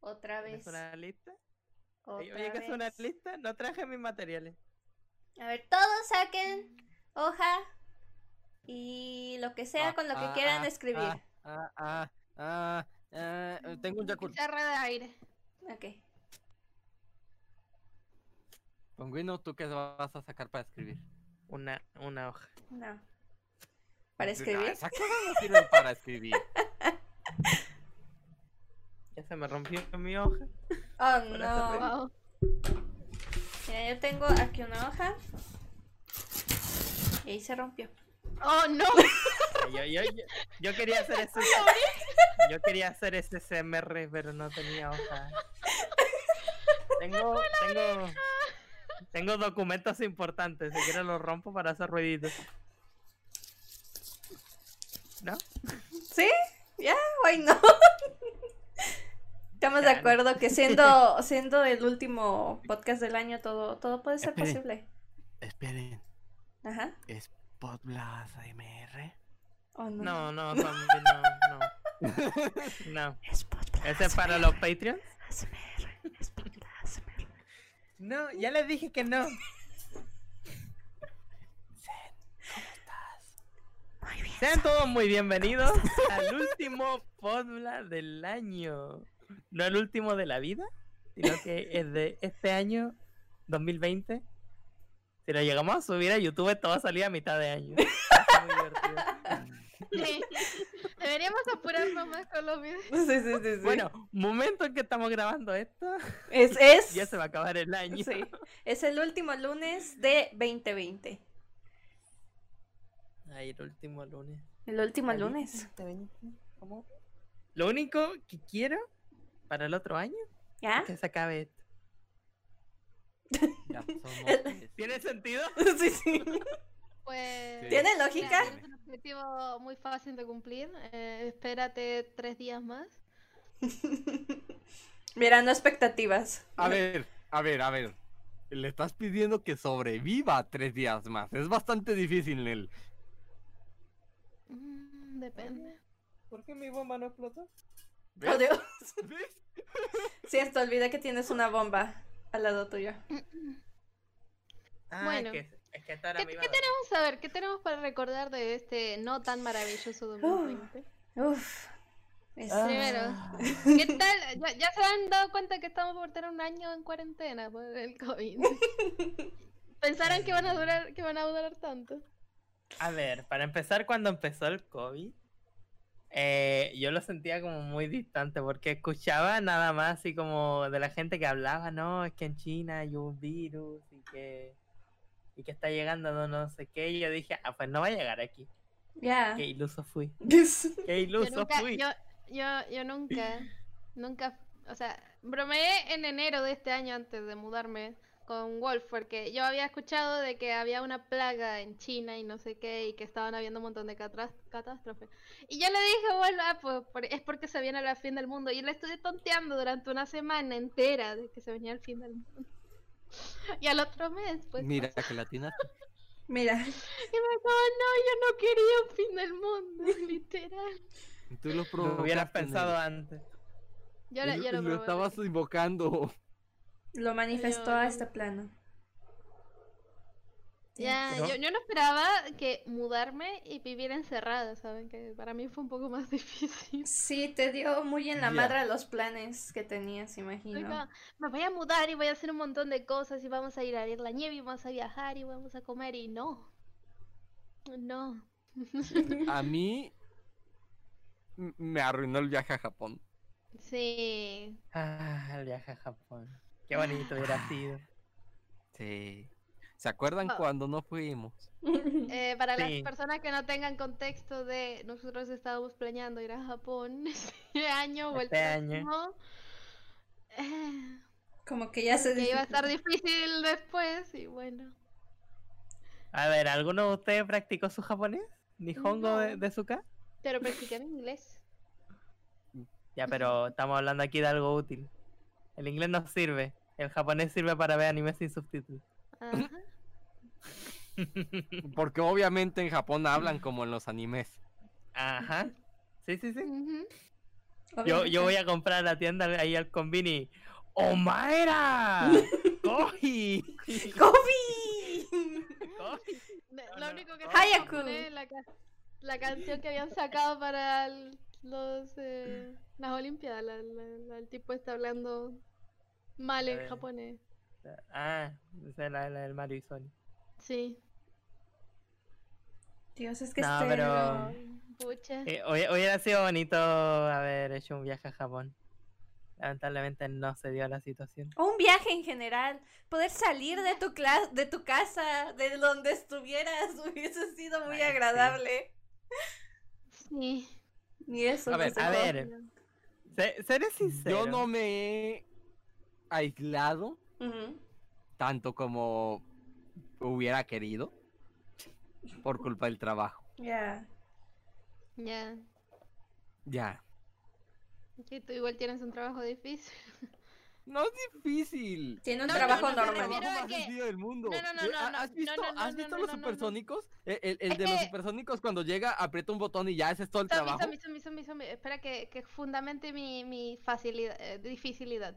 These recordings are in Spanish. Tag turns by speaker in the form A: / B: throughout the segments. A: Otra vez.
B: ¿Es una lista?
A: Otra
B: Oye, que es una
A: vez.
B: lista, no traje mis materiales.
A: A ver, todos saquen hoja y lo que sea
B: Ah,
A: con lo que
B: ah,
A: quieran
B: ah,
A: escribir.
B: Ah, ah, ah, ah, eh, tengo un Yakult.
C: Pizarra de aire.
A: Ok.
B: Pingüino, ¿tú qué vas a sacar para escribir?
D: Una, una hoja.
A: No. ¿Para
B: Ah,
A: escribir?
B: Esas cosas no sirven para escribir.
D: Ya se me rompió mi hoja.
A: Oh,
D: Para hacer
A: no.
C: Wow.
A: Mira, yo tengo aquí una hoja. Y ahí se rompió.
C: Oh, no.
D: Yo, yo, yo, yo quería hacer ese. Yo quería hacer ese CMR, pero no tenía hoja. Tengo. Tengo. Tengo documentos importantes. Si quieres los rompo para hacer ruiditos. ¿No?
A: ¿Sí? Ya, why no. Estamos de
D: Chale.
A: acuerdo que siendo, siendo el último podcast del año, todo, todo puede ser
B: Espere.
A: posible.
B: Esperen,
A: Ajá.
B: ¿es Podblast AMR?
A: ¿O no?
D: No, no, zombie, no, no. No.
A: Es podcast
D: ¿Ese es para los Patreons?
A: ASMR, es podcast ASMR.
D: No, ya les dije que no.
A: Muy bien.
D: Sean todos muy bienvenidos al último podcast del año. No el último de la vida, sino que es de este año 2020. Si lo llegamos a subir a YouTube, esto va a salir a mitad de año. Va a ser muy divertido.
C: Sí. Deberíamos apurarnos más con los videos.
A: Sí, sí, sí, sí.
D: Bueno, momento en que estamos grabando esto,
A: es, es,
D: ya se va a acabar el año.
A: sí. es el último lunes de 2020.
D: Ay, el último lunes.
A: El último
D: Ahí.
A: lunes.
C: Este
D: Lo único que quiero para el otro año
A: ¿Ya?
C: ¿Ah?
D: es que se acabe esto.
B: Ya somos tres.
D: ¿Tiene sentido?
A: Sí, sí.
C: Pues.
A: ¿Tiene
C: mira,
A: lógica?
C: Es un objetivo muy fácil de cumplir. Eh, espérate tres días más.
A: Mirando expectativas.
B: A ver, a ver, a ver. Le estás pidiendo que sobreviva tres días más. Es bastante difícil, Nel.
C: Mm, depende.
D: ¿Por qué mi bomba no explotó?
A: Oh, Dios.
B: ¿Ves?
A: Cierto, olvidé que tienes una bomba al lado tuyo.
D: Ah,
C: Bueno.
D: es que, es que esta era
C: ¿Qué,
D: mi
C: qué
D: bala.
C: tenemos a ver? ¿Qué tenemos para recordar de este no tan maravilloso 2020?
A: Uf. Es-
D: Ah.
C: Primero, ¿qué tal? Ya, ya se han dado cuenta que estamos por tener un año en cuarentena por el COVID. Pensaron que van a durar, que van a durar tanto.
D: A ver, para empezar, cuando empezó el COVID, eh, yo lo sentía como muy distante porque escuchaba nada más así como de la gente que hablaba, no, es que en China hay un virus y que, y que está llegando no, no sé qué. Y yo dije, ah, pues no va a llegar aquí.
A: Ya.
D: Qué iluso fui.
A: Sí,
D: Qué
C: Ah. Yo
D: iluso
C: nunca,
D: fui.
C: yo, yo, yo nunca, nunca, o sea, bromeé en enero de este año antes de mudarme con Wolf, porque yo había escuchado de que había una plaga en China y no sé qué, y que estaban habiendo un montón de catras- catástrofes. Y yo le dije a Wolf, ah, pues por- es porque se viene la fin del mundo. Y le estuve tonteando durante una semana entera de que se venía el fin del mundo. Y al otro mes, pues...
B: Mira,
C: pasó.
B: que latina.
A: Mira.
C: Y me dijo, "Oh, no, yo no quería un fin del mundo, literal.
B: Tú lo
D: Lo hubieras
B: provocaste, Nel.
D: pensado antes.
C: Yo lo,
B: Lo-
C: yo lo
B: lo
C: probé.
B: estabas invocando.
A: Lo manifestó a
C: Yo-
A: este plano.
C: Ya,
D: Pero-
C: yo, yo no esperaba que mudarme y vivir encerrada, ¿saben? Que para mí fue un poco más difícil.
A: Sí, te dio muy en la
B: Ya.
A: madre los planes que tenías,
C: Fue como,
A: imagino.
C: me voy a mudar y voy a hacer un montón de cosas y vamos a ir a ver la nieve y vamos a viajar y vamos a comer y no. No.
B: A mí m- me arruinó el viaje a Japón.
C: Sí.
D: Ah, el viaje a Japón.
C: Ah.
D: Qué bonito hubiera sido.
B: Sí. ¿Se acuerdan
C: Ah.
B: cuando no fuimos?
C: Eh, para
D: Sí.
C: las personas que no tengan contexto de nosotros estábamos planeando ir a Japón este año o el
D: Este año.
C: próximo. Eh,
A: Como que ya se
C: que iba a estar
A: dificultó.
C: difícil después y bueno.
D: A ver, ¿alguno de ustedes practicó su japonés? ¿Nihongo de,
C: No.
D: de su casa?
C: Pero practiqué mi inglés.
D: Ya, pero estamos hablando aquí de algo útil. El inglés no sirve. El japonés sirve para ver anime sin subtítulos.
C: Ajá.
B: Porque obviamente en Japón hablan como en los animes.
D: Ajá. Sí, sí, sí.
C: Ujú.
D: Yo, yo voy a comprar a la tienda ahí al convini. ¡Oh, ¡Omaera! ¡Koji!
A: ¡Kobe!
D: ¡Koji!
C: De-
B: Ah,
D: No,
C: lo
D: no.
C: único que
D: Oh.
C: sabía
A: Hayaku.
C: poner es la, ca- la canción que habían sacado para el- los eh, las Olimpiadas. La, la- la- el tipo está hablando mal
D: A
C: en
B: Eh.
D: ver.
C: japonés.
D: Ah, esa es la, la del Mario y Sonic.
C: Sí.
A: Dios, es que
D: No,
A: este...
D: pero-
C: Pucha.
D: Eh, hoy, hubiera sido bonito haber hecho un viaje a Japón. Lamentablemente no se dio la situación.
A: O un viaje en general. Poder salir de tu, cla- de tu casa, de donde estuvieras, hubiese sido muy
D: Ay, sí.
A: agradable.
C: Sí.
A: Ni eso. no
B: A ver,
A: se
D: a
A: pudo.
D: ver. Se- seré sincero.
B: Yo no me he aislado
A: Ujú.
B: tanto como hubiera querido por culpa del trabajo.
A: Ya.
C: Ya.
B: Ya.
C: Que tú igual tienes un trabajo difícil.
B: No es difícil.
A: Tiene un
C: No, no,
A: trabajo
C: no, no,
B: El
A: normal.
B: trabajo
C: Pero
B: más
C: que-
B: sencillo del mundo.
C: No, no, no,
B: Eh,
C: no,
B: ¿ha-
C: no,
B: ¿Has
C: no,
B: visto,
C: no, no,
B: ¿has
C: no,
B: visto
C: no,
B: los
C: no, Eh, no, no.
B: supersónicos? El, el- el
C: Es
B: de los
C: que-
B: supersónicos cuando llega aprieta un botón y ya ese es todo el
C: Zombie,
B: trabajo.
C: zombie, zombie, zombie, zombie. Espera que, que fundamente mi, mi facilidad, eh, dificilidad.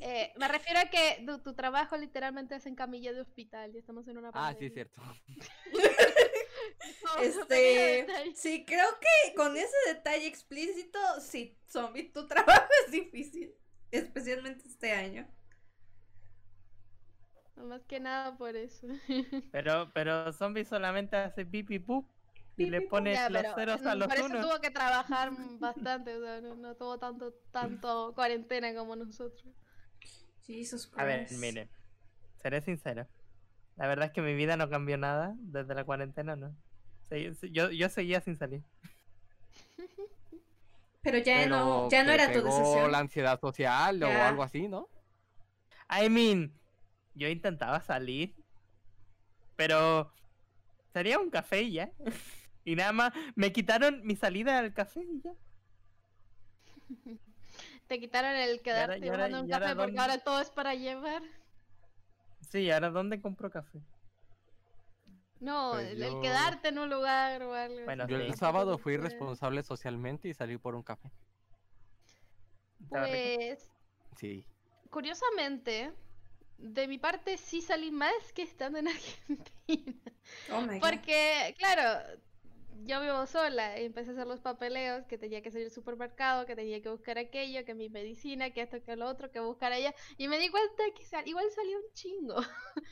C: Eh, me refiero a que tu, tu trabajo literalmente es en camilla de hospital y estamos en una
B: Ah, sí, es
C: pandemia.
B: cierto.
C: No, no tenía
A: Este,
C: detalle.
A: sí, creo que con ese detalle explícito, sí, zombie, tu trabajo es difícil, especialmente este año.
C: Más que nada por eso.
D: Pero, pero zombie solamente hace pipi pup y
A: Pi,
D: le
A: pi, pu.
D: pone
C: Ya,
D: los
C: pero,
D: ceros a
C: mm,
D: los
C: por eso
D: unos.
C: tuvo que trabajar bastante, o sea, no, no tuvo tanto, tanto cuarentena como nosotros.
A: Jesus Christ.
D: A ver, miren, seré sincero. La verdad es que mi vida no cambió nada desde la cuarentena, ¿no? Segui- se- Yo, yo seguía sin salir.
A: Pero ya
B: Pero
A: no, ya no
B: te
A: era tu
B: pegó
A: decisión.
B: la ansiedad social o
A: Ya.
B: algo así, ¿no?
D: I mean, yo intentaba salir, pero salía a un café y ya. Y nada más me quitaron mi salida al café y ya.
C: Te quitaron el
D: ahora-
C: quedarte
D: y ahora-
C: tomando un
D: y ahora
C: café porque
D: dónde?
C: ahora todo es para llevar.
D: Sí, ahora ¿dónde compro café?
C: No,
B: Pues
C: el,
B: yo-
C: el quedarte en un lugar o algo.
D: Bueno,
C: así,
B: Yo
D: sí.
B: el
C: tampoco
B: sábado
C: se
B: fui
C: puede.
B: responsable socialmente y salí por un café.
D: Estaba rico.
C: Pues,
B: Sí.
C: curiosamente, de mi parte sí salí más que estando en Argentina.
A: Oh my God.
C: Porque, claro, yo vivo sola y empecé a hacer los papeleos, que tenía que salir al supermercado, que tenía que buscar aquello, que mi medicina, que esto, que lo otro, que buscar allá. Y me di cuenta que sal- igual salió un chingo.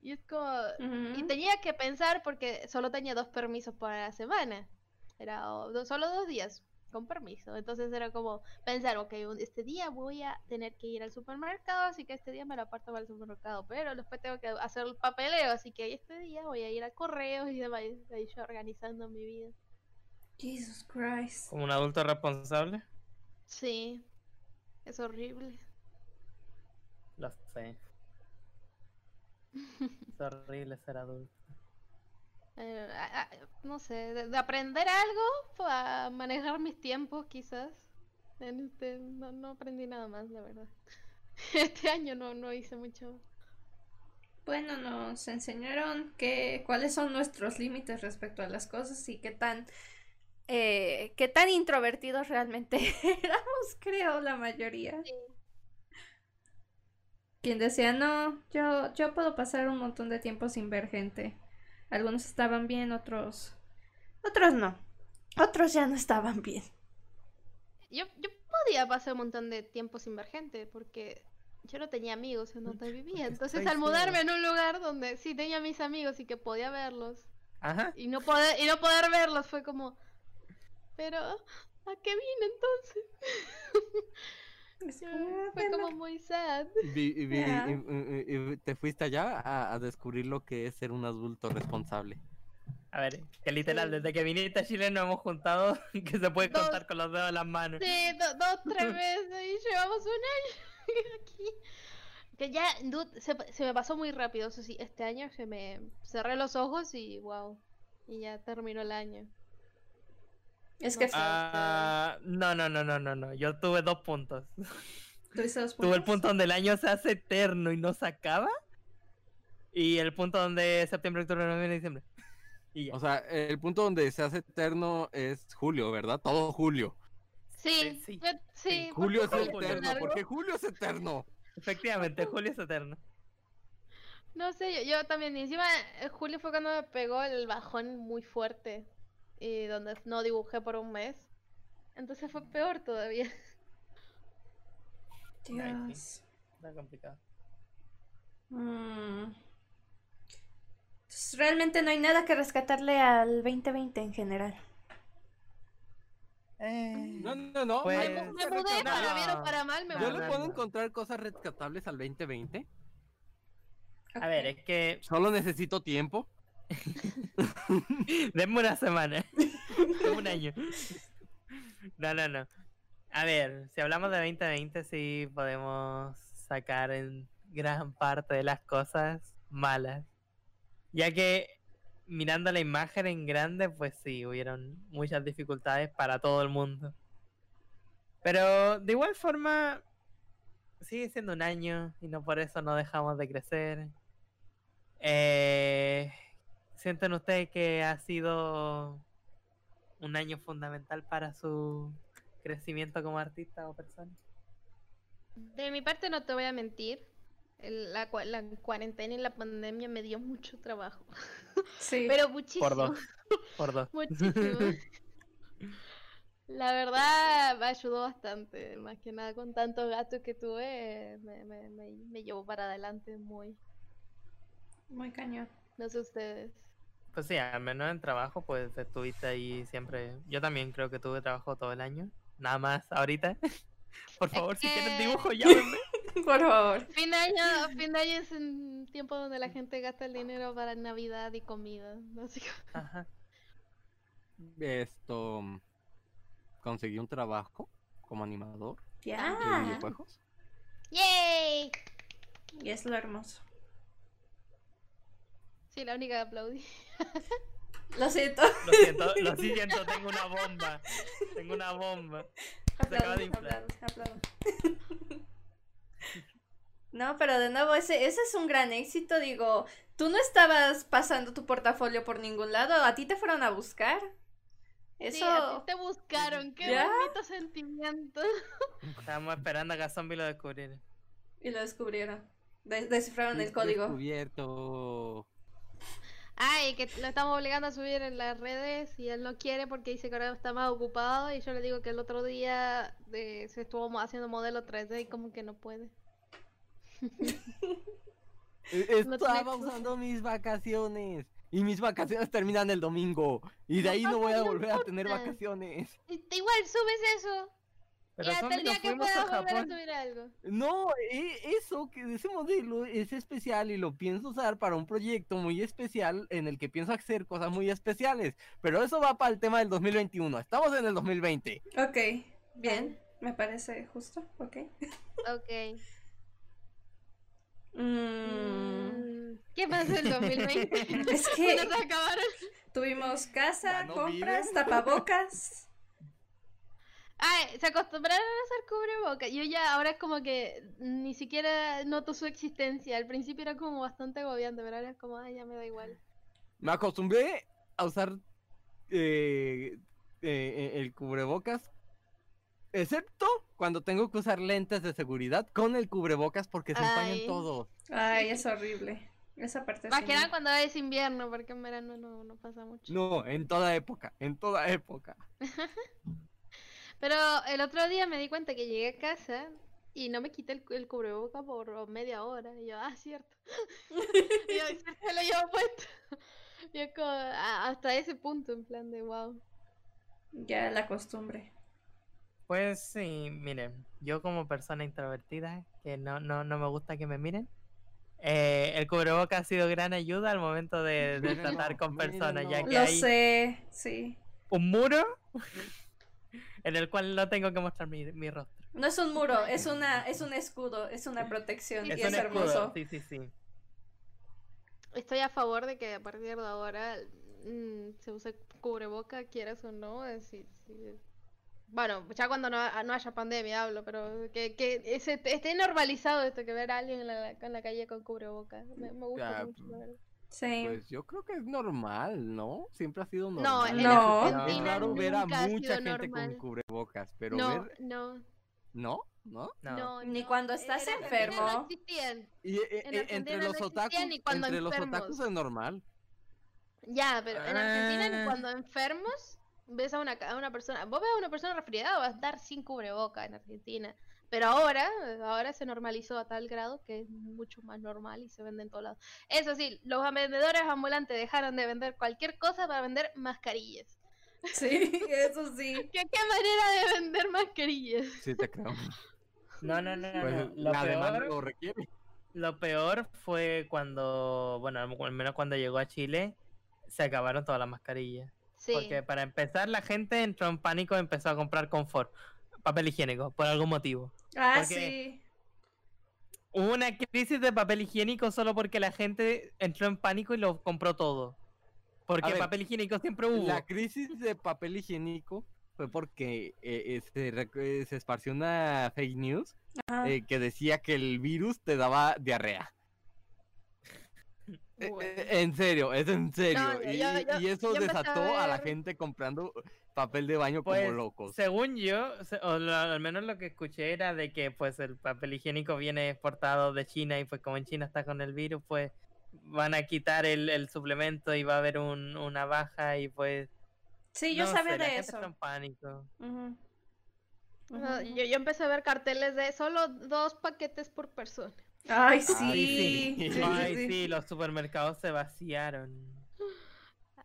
C: y es como...
A: Ujú.
C: Y tenía que pensar porque solo tenía dos permisos para la semana. Era o- do- solo dos días con permiso. Entonces era como pensar, ok, un- este día voy a tener que ir al supermercado, así que este día me lo aparto para el supermercado, pero después tengo que hacer el papeleo, así que este día voy a ir a correos y demás. y Ahí yo organizando mi vida.
A: Jesus Christ.
D: Como un adulto responsable.
C: Sí, es horrible.
D: Lo sé. Es horrible ser adulto.
C: Eh, a- a- no sé, de, de aprender algo para manejar mis tiempos quizás. En este, no, no aprendí nada más, la verdad. Este año no, no hice mucho.
A: Bueno, nos enseñaron que cuáles son nuestros límites respecto a las cosas y qué tan eh, qué tan introvertidos realmente éramos, creo, la mayoría. Quien decía, no, yo, yo puedo pasar un montón de tiempo sin ver gente. Algunos estaban bien, otros. Otros no. Otros ya no estaban bien.
C: Yo, yo podía pasar un montón de tiempo sin ver gente porque yo no tenía amigos en donde vivía.
D: porque
C: Entonces
D: estáis
C: al mudarme en un lugar donde sí tenía mis amigos y que podía verlos
D: Ajá.
C: y no poder, y no poder verlos fue como... Pero, ¿a qué vine entonces?
A: Es
C: Ya,
A: como, "Ah,
C: fue
A: bueno".
C: como muy sad.
B: Vi- vi- vi-
A: Ya.
B: y- y- y- y te fuiste allá a, a descubrir lo que es ser un adulto responsable.
D: A ver, que literal, desde que viniste a Chile nos hemos juntado que se puede
C: Dos.
D: contar con los dedos de las manos.
C: Sí, do- dos, tres veces y llevamos un año aquí. Que ya, dude, se, pa- se me pasó muy rápido, eso sí, este año se me cerré los ojos y wow. Y ya terminó el año.
A: Es que
C: no.
D: Ah, no, no, no, no, no, no. Yo tuve dos puntos.
A: tú dices los
D: Tuve el
A: puntos.
D: punto donde el año se hace eterno y no se acaba. Y el punto donde es septiembre, octubre, noviembre, diciembre. Y ya.
B: Oh. O sea, el punto donde se hace eterno es julio, ¿verdad? Todo julio.
C: Sí, Sí,
D: Sí.
C: yo- sí, por
B: Julio es
C: favor,
D: favor,
B: eterno,
C: Leonardo.
B: porque Julio es eterno.
D: Efectivamente, Julio es eterno.
C: No sé, yo, yo también. Y encima, eh, julio fue cuando me pegó el bajón muy fuerte. Y donde no dibujé por un mes. Entonces fue peor todavía.
D: Ay,
A: Dios.
D: sí. Está complicado.
A: Mm. Entonces, realmente no hay nada que rescatarle al 2020 en general.
B: No, no, no.
D: Pues-
B: hay
C: Me
B: cosas
C: mu- me mudé para
B: rescatables.
C: bien o para mal, me
B: Yo
D: No,
B: le
D: no,
C: mudé.
B: puedo
D: no.
B: encontrar cosas rescatables al 2020.
D: A ver, es que
B: Solo necesito tiempo.
D: Denme una semana. Denme un año. No, no, no. A ver, si hablamos de 2020, sí podemos sacar en gran parte de las cosas malas. Ya que mirando la imagen en grande, pues sí, hubieron muchas dificultades para todo el mundo. Pero de igual forma, sigue siendo un año y no por eso no dejamos de crecer. Eh, ¿Sienten ustedes que ha sido un año fundamental para su crecimiento como artista o persona?
C: De mi parte no te voy a mentir. el- La, cua- la cuarentena y la pandemia me dio mucho trabajo.
A: Sí.
C: Pero muchísimo.
D: Por dos.
C: Muchísimo. La verdad me ayudó bastante, más que nada con tantos gastos que tuve, me, me, me, me llevó para adelante muy,
A: Muy cañón.
C: no sé ustedes.
D: Pues sí, al menos en trabajo, pues estuviste ahí siempre. Yo también creo que tuve trabajo todo el año. Nada más ahorita. Por favor, si quieren
C: que-
D: dibujo, llámenme.
A: Por favor.
C: Fin de año, fin de año es un tiempo donde la gente gasta el dinero para Navidad y comida, básicamente.
D: Ajá.
B: Esto. Conseguí un trabajo como animador
A: Ya.
C: Ah.
B: de videojuegos.
C: ¡Yay!
A: Y es lo hermoso.
C: Sí, la única que aplaudí.
A: Lo siento.
D: Lo siento, lo siento, tengo una bomba. Tengo una bomba. Se acaba de
A: Aplausos,
D: inflar.
A: aplausos, aplausos. No, pero de nuevo, ese, ese es un gran éxito. Digo, tú no estabas pasando tu portafolio por ningún lado, a ti te fueron a buscar.
C: Sí, a
A: Eso.
C: ti te buscaron, qué
A: ¿Ya?
C: bonito sentimiento.
D: Estábamos esperando a que a Zombie lo descubriera.
A: Y lo descubrieron. Des- descifraron el
B: Fui
A: código.
B: Descubierto.
C: Ay, que lo estamos obligando a subir en las redes y él no quiere porque dice que ahora está más ocupado y yo le digo que el otro día eh, se estuvo mo- haciendo modelo 3D y como que no puede.
B: E-
C: No tiene
B: Estaba
C: excusa.
B: usando mis vacaciones. Y mis vacaciones terminan el domingo. Y de ahí no voy a volver a tener
C: importa.
B: vacaciones.
C: Y- Igual subes eso.
D: Pero
C: ya, hasta
D: Zombie
C: el
D: nos
C: día que
D: fuimos a
C: puedas volver a
D: Japón.
C: subir algo.
B: No, e- eso, que ese modelo es especial y lo pienso usar para un proyecto muy especial en el que pienso hacer cosas muy especiales. Pero eso va para el tema del 2021. Estamos en el 2020.
A: Ok, bien. Me parece justo. Ok.
C: Ok.
A: Mm,
C: Mm, ¿Qué pasó en 2020?
A: Es que
C: Nos acabaron.
A: tuvimos casa,
B: Ya no
A: compras,
B: viven.
A: tapabocas.
C: Ay, se acostumbraron a usar cubrebocas. Yo ya ahora es como que ni siquiera noto su existencia. Al principio era como bastante agobiante, pero ahora es como, ay, ya me da igual.
B: Me acostumbré a usar eh, eh, el cubrebocas, excepto cuando tengo que usar lentes de seguridad con el cubrebocas porque se empañan
C: Ay.
B: todos.
A: Ay, es horrible. Esa parte
C: Más
A: sí
C: que
A: no.
C: nada cuando es invierno, porque en verano no, no pasa mucho.
B: No, en toda época, en toda época.
C: Pero el otro día me di cuenta que llegué a casa y no me quité el, cu- el cubreboca por media hora. Y yo, ah, cierto. y yo, "Cierto, lo llevo puesto. Y es como, a- hasta ese punto, en plan de wow.
A: Ya la costumbre.
D: Pues sí, miren, yo como persona introvertida, que no, no, no me gusta que me miren, eh, el cubreboca ha sido gran ayuda al momento de, de tratar
B: Mírenlo,
D: con personas, ya
B: mírenlo.
D: que
A: Lo
D: hay
A: sé, sí.
D: un muro en el cual no tengo que mostrar mi, mi rostro.
A: No es un muro, es una, es un escudo, es una protección
C: Sí,
D: Es
A: y es
D: un escudo,
A: hermoso.
D: sí, sí, sí.
C: Estoy a favor de que a partir de ahora mm, se use cubreboca, quieras o no. eh, si- si- Bueno, ya cuando no, ha- no haya pandemia hablo, pero que, que ese- esté normalizado esto, que ver a alguien en la, en la calle con cubreboca. Me, me gusta
B: Ya,
C: mucho, la verdad.
A: Sí.
B: Pues yo creo que es normal, ¿no? Siempre ha sido
C: No,
B: normal.
C: en
A: No.
B: Es
C: Argentina
B: raro ver a
C: nunca ha
B: mucha
C: sido
B: gente
C: normal.
B: con cubrebocas, pero
C: no,
B: ver...
C: no,
B: ¿No, ¿no.
D: No.
C: no,
A: Ni
C: no,
A: cuando
C: eh,
A: estás
C: en Argentina
A: enfermo.
C: No existían.
B: Y, eh,
C: En
B: eh, entre
C: Argentina
B: los
C: no existían
B: otakus,
C: ni cuando
B: entre los otakus
C: enfermos.
B: es normal.
C: Ya, pero en Argentina
D: Ah.
C: ni cuando enfermos ves a una, ca- a una persona, vos ves a una persona resfriada, vas a estar sin cubreboca en Argentina. Pero ahora, ahora se normalizó a tal grado que es mucho más normal y se vende en todos lados. Eso sí, los vendedores ambulantes dejaron de vender cualquier cosa para vender mascarillas.
D: Pues.
A: Sí, eso sí.
C: ¿Qué, qué manera de vender mascarillas?
B: Sí, te creo.
D: No, no, no, no,
B: Pues,
D: no. Lo
B: la demanda
D: peor-
B: lo requiere.
D: Lo peor fue cuando, bueno, al menos cuando llegó a Chile, se acabaron todas las mascarillas.
C: Sí.
D: Porque para empezar, la gente entró en pánico y empezó a comprar confort, papel higiénico, por algún motivo.
A: Ah,
D: Porque-
A: sí.
D: Hubo una crisis de papel higiénico solo porque la gente entró en pánico y lo compró todo. Porque
B: ver,
D: papel higiénico siempre hubo.
B: La crisis de papel higiénico fue porque eh, eh, se, rec- eh, se esparció una fake news
A: Ajá.
B: eh, que decía que el virus te daba diarrea. Eh, eh,
C: Bueno.
B: En serio, es en serio.
C: yo-
B: y,
C: yo- yo-
B: y eso
C: yo empecé a
B: desató a, la
C: ver-
B: gente comprando papel de baño
D: Pues,
B: como locos.
D: Según yo, se- o lo- al menos lo que escuché era de que pues el papel higiénico viene exportado de China y pues como en China está con el virus, pues van a quitar el, el suplemento y va a haber un- una baja y pues...
A: Sí, yo
D: no
A: sabía
D: sé, la
A: de
D: gente está
A: eso.
D: en pánico.
A: Ujú.
C: No,
A: Ujú.
C: yo, yo empecé a ver carteles de solo dos paquetes por persona.
A: Ay, sí.
B: sí.
A: Sí, sí,
D: Ay,
A: sí.
D: sí, los supermercados se vaciaron.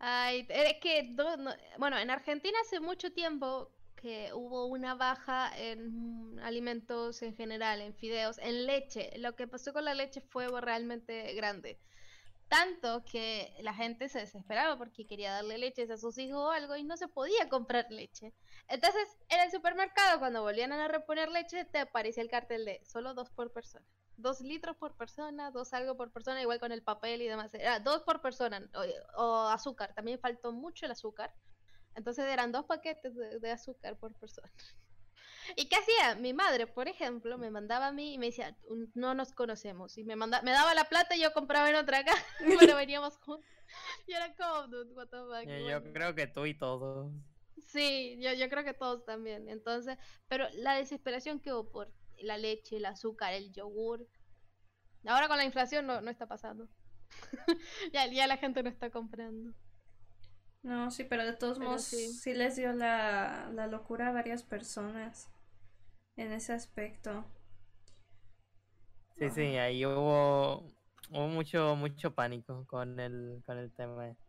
C: Ay, es que, do- no- bueno, en Argentina hace mucho tiempo que hubo una baja en mm, alimentos en general, en fideos, en leche. Lo que pasó con la leche fue realmente grande. Tanto que la gente se desesperaba porque quería darle leche a sus hijos o algo y no se podía comprar leche. Entonces, en el supermercado, cuando volvían a reponer leche, te aparecía el cartel de solo dos por persona. Dos litros por persona, dos algo por persona, igual con el papel y demás. Era dos por persona, o, o azúcar. También faltó mucho el azúcar. Entonces eran dos paquetes de, de azúcar por persona. ¿Y qué hacía? Mi madre, por ejemplo, me mandaba a mí y me decía, "Un- no nos conocemos. Y me, manda, me daba la plata y yo compraba en otra casa. bueno, veníamos juntos. Y era como, dude, what the fuck,
D: Eh, Yo,
C: bueno.
D: yo creo que tú y todos.
C: Sí, yo, yo creo que todos también. Entonces, pero la desesperación que hubo por la leche, el azúcar, el yogur. Ahora con la inflación no, no está pasando. ya, ya la gente no está comprando.
A: No, sí, pero de todos
C: Pero
A: modos
C: sí.
A: sí. les dio la, la locura a varias personas en ese aspecto.
D: Sí, sí, ahí hubo, hubo mucho, mucho pánico con el, con el tema. este.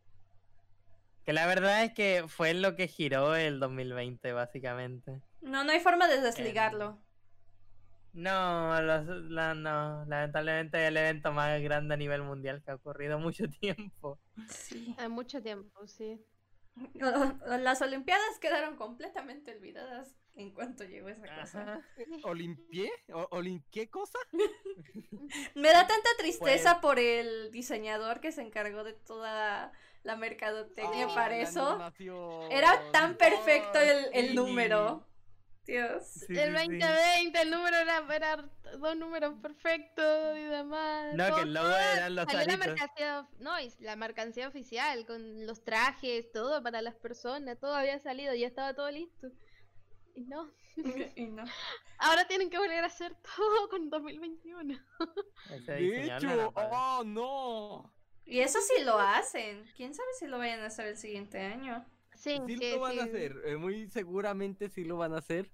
D: Que la verdad es que fue lo que giró el 2020, básicamente.
A: No, no hay forma
D: Eh,
A: de desligarlo.
D: No, los- la- no, lamentablemente el evento más grande a nivel mundial que ha ocurrido en mucho tiempo.
A: Sí.
C: Hay mucho tiempo, sí.
A: Las Olimpiadas quedaron completamente olvidadas en cuanto llegó esa cosa.
D: Ajá.
B: ¿Olimpié? ¿O- olin- ¿Qué cosa?
A: Me da tanta
D: Pues
A: tristeza por el diseñador que se encargó de toda la mercadotecnia
D: Oh,
B: Ah,
A: para
B: la
A: eso.
B: animación.
A: Era tan perfecto el, el
D: Oh,
B: Sí.
A: número. Dios.
D: Sí,
C: el
D: sí, sí.
C: 2020, el número era, era dos números perfectos y demás.
D: No, que
C: todo-
D: el logo eran los
C: Salió la
D: aritos.
C: mercancía, of- no, y la mercancía oficial con los trajes, todo para las personas, todo había salido, ya estaba todo listo. Y no,
A: Y no.
C: ahora tienen que volver a hacer todo con 2021.
D: Ese
B: De
D: diseñador no
B: hecho,
D: lo sabe.
B: oh no.
A: Y eso sí lo hacen. ¿Quién sabe si lo vayan a hacer el siguiente año?
C: Sí,
B: Sí
C: sí,
B: lo van a
C: sí,
B: hacer, eh, muy seguramente sí lo van a hacer.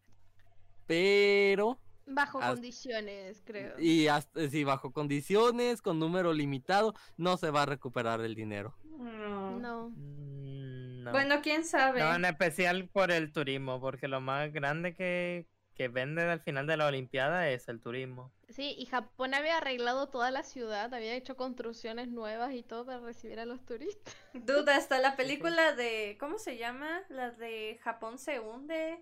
B: Pero,
C: Bajo
B: Haz-
C: condiciones, creo.
B: y hasta, sí, bajo condiciones, con número limitado, no se va a recuperar el dinero.
A: No.
C: No.
D: Mm, no.
A: Bueno, quién sabe.
D: No, en especial por el turismo, porque lo más grande que, que vende al final de la Olimpiada es el turismo.
C: Sí, y Japón había arreglado toda la ciudad, había hecho construcciones nuevas y todo para recibir a los turistas.
A: Duda, hasta la película de. ¿Cómo se llama? La de Japón se hunde.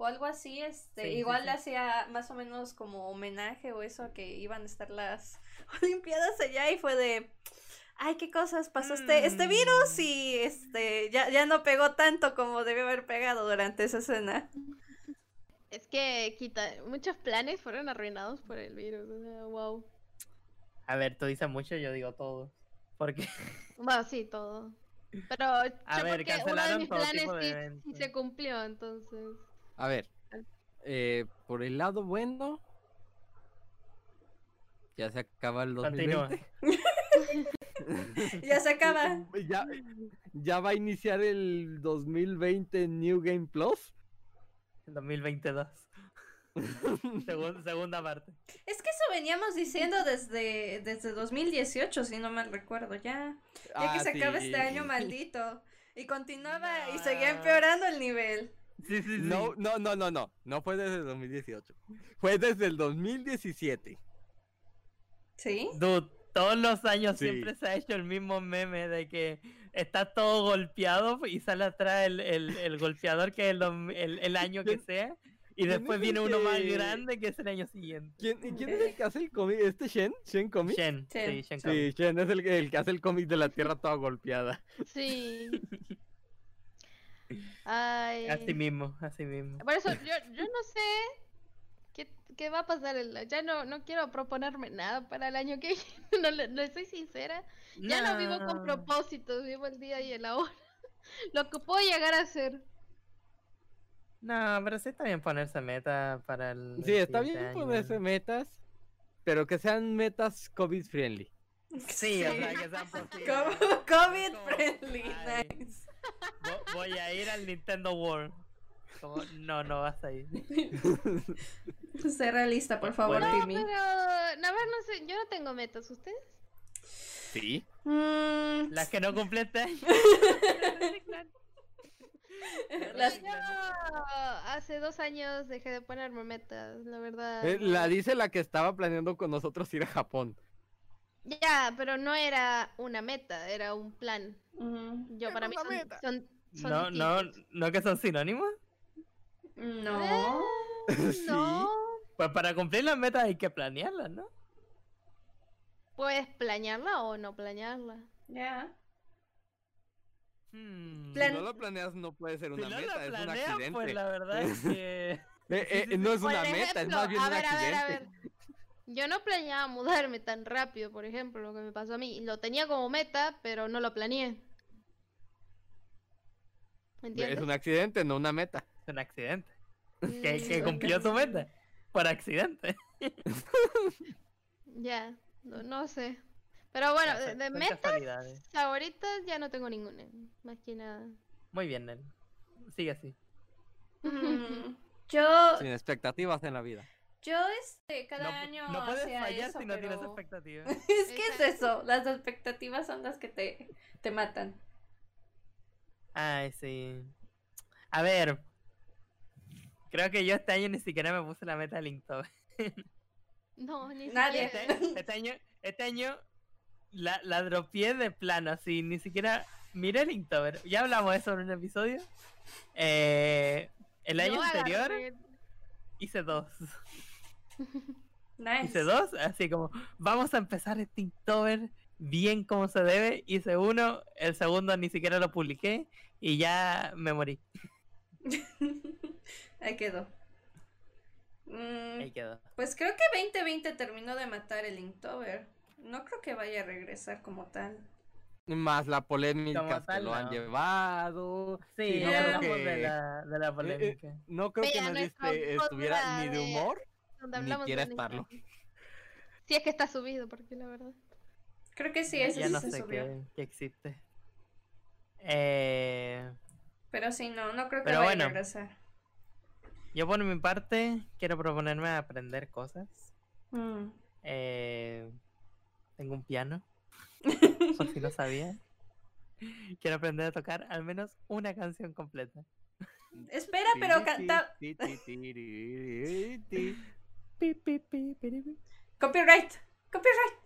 A: O algo así, este,
D: Sí, sí,
A: igual
D: sí.
A: hacía más o menos como homenaje o eso a que iban a estar las Olimpiadas allá y fue de, ay, qué cosas, pasó este, este virus
D: Mm.
A: y este, ya, ya no pegó tanto como debió haber pegado durante esa escena.
C: Es que quita, muchos planes fueron arruinados por el virus. o sea, wow.
D: A ver, tú dices mucho, yo digo todo. Porque
C: Bueno, sí, todo. Pero yo
D: ver,
C: porque uno de
D: cancelaron
C: mis
D: todo
C: planes
D: tipo de
C: sí- sí,
D: eventos.
C: se cumplió, entonces.
B: A ver, eh, por el lado bueno, ya se acaba el 2020.
D: continúa.
A: Ya se acaba.
B: Ya, ya va a iniciar el 2020 New Game Plus.
D: 2022. Segun- segunda parte.
A: Es que eso veníamos diciendo desde, desde 2018, si no mal recuerdo, ya. Ya que
B: Ah,
A: se acaba
B: sí.
A: este año maldito. Y continuaba y
D: No.
A: seguía empeorando el nivel.
D: Sí, sí,
B: No, no, no, no, no. No fue desde el 2018. Fue desde el 2017.
A: ¿Sí?
D: Dude, todos los años
B: Sí.
D: siempre se ha hecho el mismo meme de que está todo golpeado y sale atrás el, el- el golpeador que es el, dom- el- el año que
B: ¿Quién-
D: sea. Y
B: quién
D: después
B: es
D: viene
B: el
D: uno más
B: que-
D: grande que es el año siguiente.
B: ¿Quién, y quién es
C: Eh.
B: el que hace el cómic? ¿Este Shen? ¿Shen cómic?
D: Shen,
A: Shen.
D: sí, Shen Kami.
B: Sí, Shen es el, que- el que hace el cómic de la Tierra toda golpeada.
C: Sí. Ay.
D: Así mismo, así mismo.
C: Por eso yo, yo no sé qué, qué va a pasar. el- ya no, no quiero proponerme nada para el año que viene. No, le- le soy sincera. Ya no vivo con propósitos, vivo el día y el ahora. Lo que puedo llegar a hacer.
D: No, pero sí está bien ponerse meta para el.
B: Sí,
D: el
B: está
D: siguiente
B: bien
D: año.
B: ponerse metas, pero que sean metas COVID friendly.
D: Sí, o
A: Sí.
D: sea, que sean posibles.
A: Como COVID
D: Como,
A: friendly.
D: ay,
A: Nice.
D: vo- Voy a ir al Nintendo World. Como, no, no vas a ir.
A: Sé realista, por favor,
D: Bueno.
A: Timmy.
C: Pero, a ver, no sé, yo no tengo metas. ¿Ustedes?
B: Sí.
A: Mm,
D: Las que no este cumpliste.
A: las-
C: Yo hace dos años dejé de ponerme metas, la verdad.
B: Eh, la dice la que estaba planeando con nosotros ir a Japón.
C: Ya, pero no era una meta, era un plan.
A: mm,
C: Yo para mí
B: una
C: son,
B: meta.
C: son- son
D: No, no,
C: distintos.
D: no que son sinónimos.
A: no.
D: Ah.
B: Sí.
C: No
D: Pues para cumplir las metas hay que planearlas, ¿no?
C: puedes planearla o no planearla.
A: Ya.
D: Hmm.
A: Plan-
B: Si no lo planeas, no puede
D: Si
B: ser una
D: no
B: meta,
D: la
B: es un
D: planeas,
B: accidente.
D: pues la verdad es que.
B: Eh, eh, no es
C: Por
B: una
C: ejemplo,
B: meta, es más bien
C: a
B: un
C: ver, a ver,
B: accidente.
C: a ver. Yo no planeaba mudarme tan rápido, por ejemplo, lo que me pasó a mí. Lo tenía como meta, pero no lo planeé. ¿Me
B: Es
C: entiendes?
B: un accidente, no una meta.
D: Es un accidente. Que,
C: Mm,
D: que cumplió tu meta. Por accidente.
C: Ya, no, no sé. Pero bueno,
D: Ya,
C: de,
D: son-
C: de
D: son
C: metas
D: casualidades.
C: favoritas ya no tengo ninguna, más que nada.
D: Muy bien, Nel. Sigue así.
A: Mm, Yo,
B: Sin expectativas en la vida.
A: yo este, cada
D: no,
A: año
D: no puedes
A: hacía
D: fallar
A: eso,
D: si no tienes
A: pero-
D: expectativas.
A: Es que es
C: Exacto.
A: eso, las expectativas son las que te, te matan.
D: Ay, sí. A ver. Creo que yo este año ni siquiera me puse la meta de Linktober.
C: No, ni
A: Nadie.
D: Este,
C: siquiera.
D: este año, este año la, la dropié de plano, así, ni siquiera miré Linktober. Ya hablamos de eso en un episodio. Eh, el año
C: No
D: anterior
C: agarré.
D: hice dos.
A: Nice.
D: Hice dos, así como, vamos a empezar el Linktober bien como se debe. Hice uno, el segundo ni siquiera lo publiqué y ya me morí.
A: Ahí quedó. Mm,
D: Ahí quedó.
A: pues creo que 2020 terminó de matar el Inktober. No creo que vaya a regresar como tal.
B: Más la polémica
D: Como
B: que
D: tal,
B: lo han
D: no.
B: llevado.
D: Sí,
A: no,
D: ya
A: creo eh,
D: hablamos de,
B: que-
D: la, de la polémica.
B: No creo que
C: Mira,
B: nadie
C: nuestro
B: este-
C: podcast
B: estuviera ni de
C: de-
B: humor
C: donde
B: ni
C: hablamos de
B: quiera
C: Venezuela.
B: estarlo.
C: Si es que está subido, porque la verdad.
A: Creo que sí,
D: Ya-
A: ese
D: ya
A: sí
D: no
A: se
D: sé
A: subió.
D: qué, qué existe. Eh,
A: Pero sí, no, no creo que
D: Pero
A: vaya
D: bueno.
A: a regresar.
D: yo por mi parte quiero proponerme a aprender cosas.
A: Mm.
D: Eh, tengo un piano, por si lo sabía. Quiero aprender a tocar al menos una canción completa.
A: Espera, pero canta.
B: Ti, ti, ti, ti, ti, ti.
D: Pi, pi, pi, piri, pi.
A: Copyright. Copyright.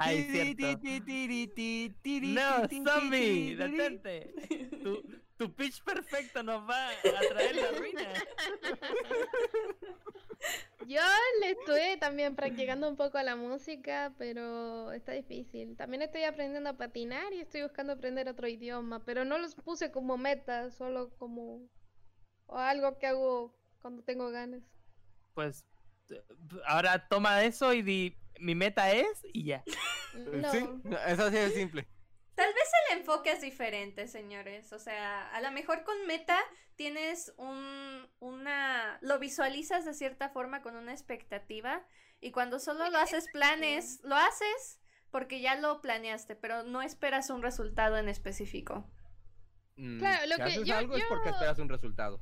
D: Ay,
B: Ti, ti,
D: cierto.
B: ti, ti, ti, ti, ti,
D: No,
B: ti, ti,
D: zombie,
B: ti, ti, ti.
D: detente. Tu, tu pitch perfecto nos va a traer la ruina.
C: Yo le estuve también practicando un poco la música, pero está difícil. También estoy aprendiendo a patinar y estoy buscando aprender otro idioma, pero no los puse como meta, solo como o algo que hago cuando tengo ganas.
D: Pues t- ahora toma eso y di, mi meta es y ya.
A: No.
B: Eh, Sí, es así de simple.
A: Tal vez el enfoque es diferente, señores. O sea, a lo mejor con meta tienes un, una... lo visualizas de cierta forma con una expectativa y cuando solo lo haces planes, lo haces porque ya lo planeaste, pero no esperas un resultado en específico.
B: Mm,
C: Claro, lo
B: si
C: que
B: haces
C: yo-
B: algo es porque
C: yo-
B: esperas un resultado.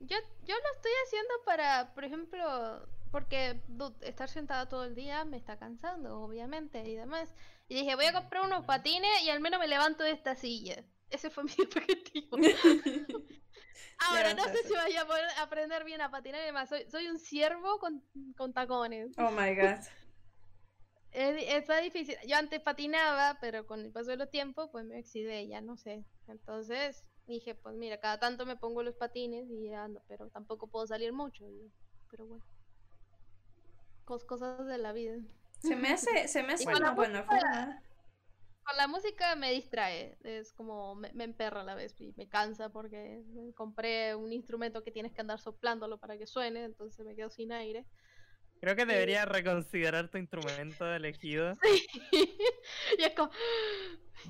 C: Yo, yo lo estoy haciendo para, por ejemplo, porque du- estar sentada todo el día me está cansando, obviamente, y demás. Y dije, voy a comprar unos patines y al menos me levanto de esta silla. Ese fue mi objetivo. Ahora, no sé
A: Levantarse.
C: si voy a poder aprender bien a patinar y demás. Soy, soy un ciervo con, con tacones.
A: Oh my god.
C: Es, di- está difícil. Yo antes patinaba, pero con el paso de los tiempos, pues me oxidé, ya no sé. Entonces dije, pues mira, cada tanto me pongo los patines y ya ando, pero tampoco puedo salir mucho. y- pero bueno. Cos- cosas de la vida.
A: Se me hace, se me hace
C: Bueno.
A: una buena forma.
C: Con la música me distrae, es como me, me emperra a la vez y me cansa porque compré un instrumento que tienes que andar soplándolo para que suene, entonces me quedo sin aire.
D: Creo que deberías reconsiderar tu instrumento elegido.
C: y es como.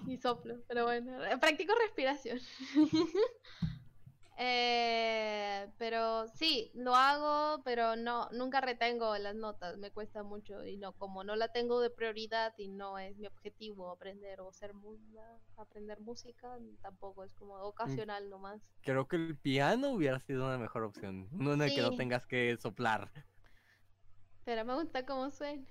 C: Y soplo, pero bueno. Practico respiración. Eh, pero sí, lo hago, pero no, nunca retengo las notas, me cuesta mucho. Y no, como no la tengo de prioridad y no es mi objetivo aprender o ser mu- aprender música, tampoco es como ocasional nomás.
B: Creo que el piano hubiera sido una mejor opción. Uno en el que no
C: Sí.
B: tengas que soplar.
C: Pero me gusta cómo suena.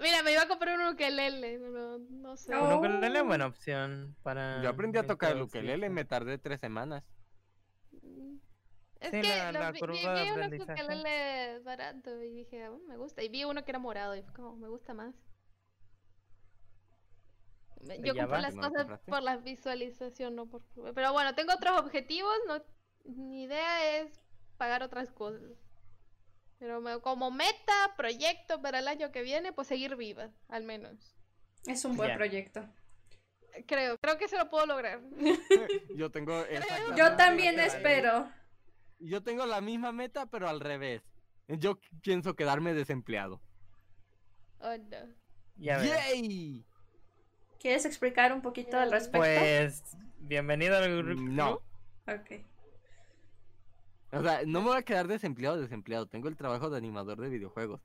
C: Mira, me iba a comprar un ukelele, no, no sé.
A: Oh.
D: Un ukelele es buena opción para.
B: Yo aprendí a tocar el
D: introducirse.
B: ukelele, me tardé tres semanas.
C: Mm. Es
D: Sí,
C: que
D: la-
C: los
D: la
C: vi, vi-
D: curva de
C: vi unos
D: aprendizaje.
C: ukelele barato y dije, "Mm, me gusta. Y vi uno que era morado y fue como, me gusta más. Me- Yo
D: ya
C: compré
D: va.
C: las
B: ¿No lo
C: cosas
B: compraste?
C: por la visualización, no por... Pero bueno, tengo otros objetivos, no... Mi idea es pagar otras cosas. Pero me- como meta, proyecto para el año que viene, pues seguir viva, al menos.
A: Es un buen
D: Ya.
A: proyecto.
C: Creo, creo que se lo puedo lograr.
B: Yo tengo exactamente
A: Yo
B: la
A: también
B: misma-
A: espero.
B: Yo tengo la misma meta, pero al revés. Yo qu- pienso quedarme desempleado.
C: Oh, no.
D: Ya verás.
B: ¡Yay!
A: ¿Quieres explicar un poquito al respecto?
D: Pues, bienvenido al grupo.
B: Mm, No.
A: Ok.
B: O sea, no me voy a quedar desempleado, desempleado. Tengo el trabajo de animador de videojuegos.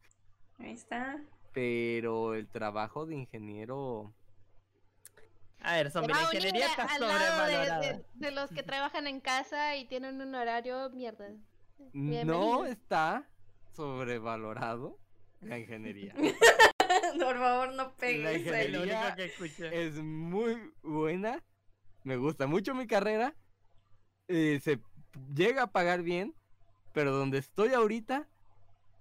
A: Ahí está.
B: Pero el trabajo de ingeniero.
D: A ver,
C: Se
D: sobre
B: Ah,
C: va
D: la
C: a unir
D: ingeniería
C: a-
D: está
C: al lado de-
D: sobrevalorada.
C: de, de los que trabajan en casa y tienen un horario mierda.
B: No
C: Bienvenido.
B: está sobrevalorado la ingeniería.
A: Por favor, no pegues.
B: La
D: Es
A: el-
D: lo único
B: ingeniería
D: que escuché.
B: es muy buena. Me gusta mucho mi carrera. eh, se llega a pagar bien. Pero donde estoy ahorita,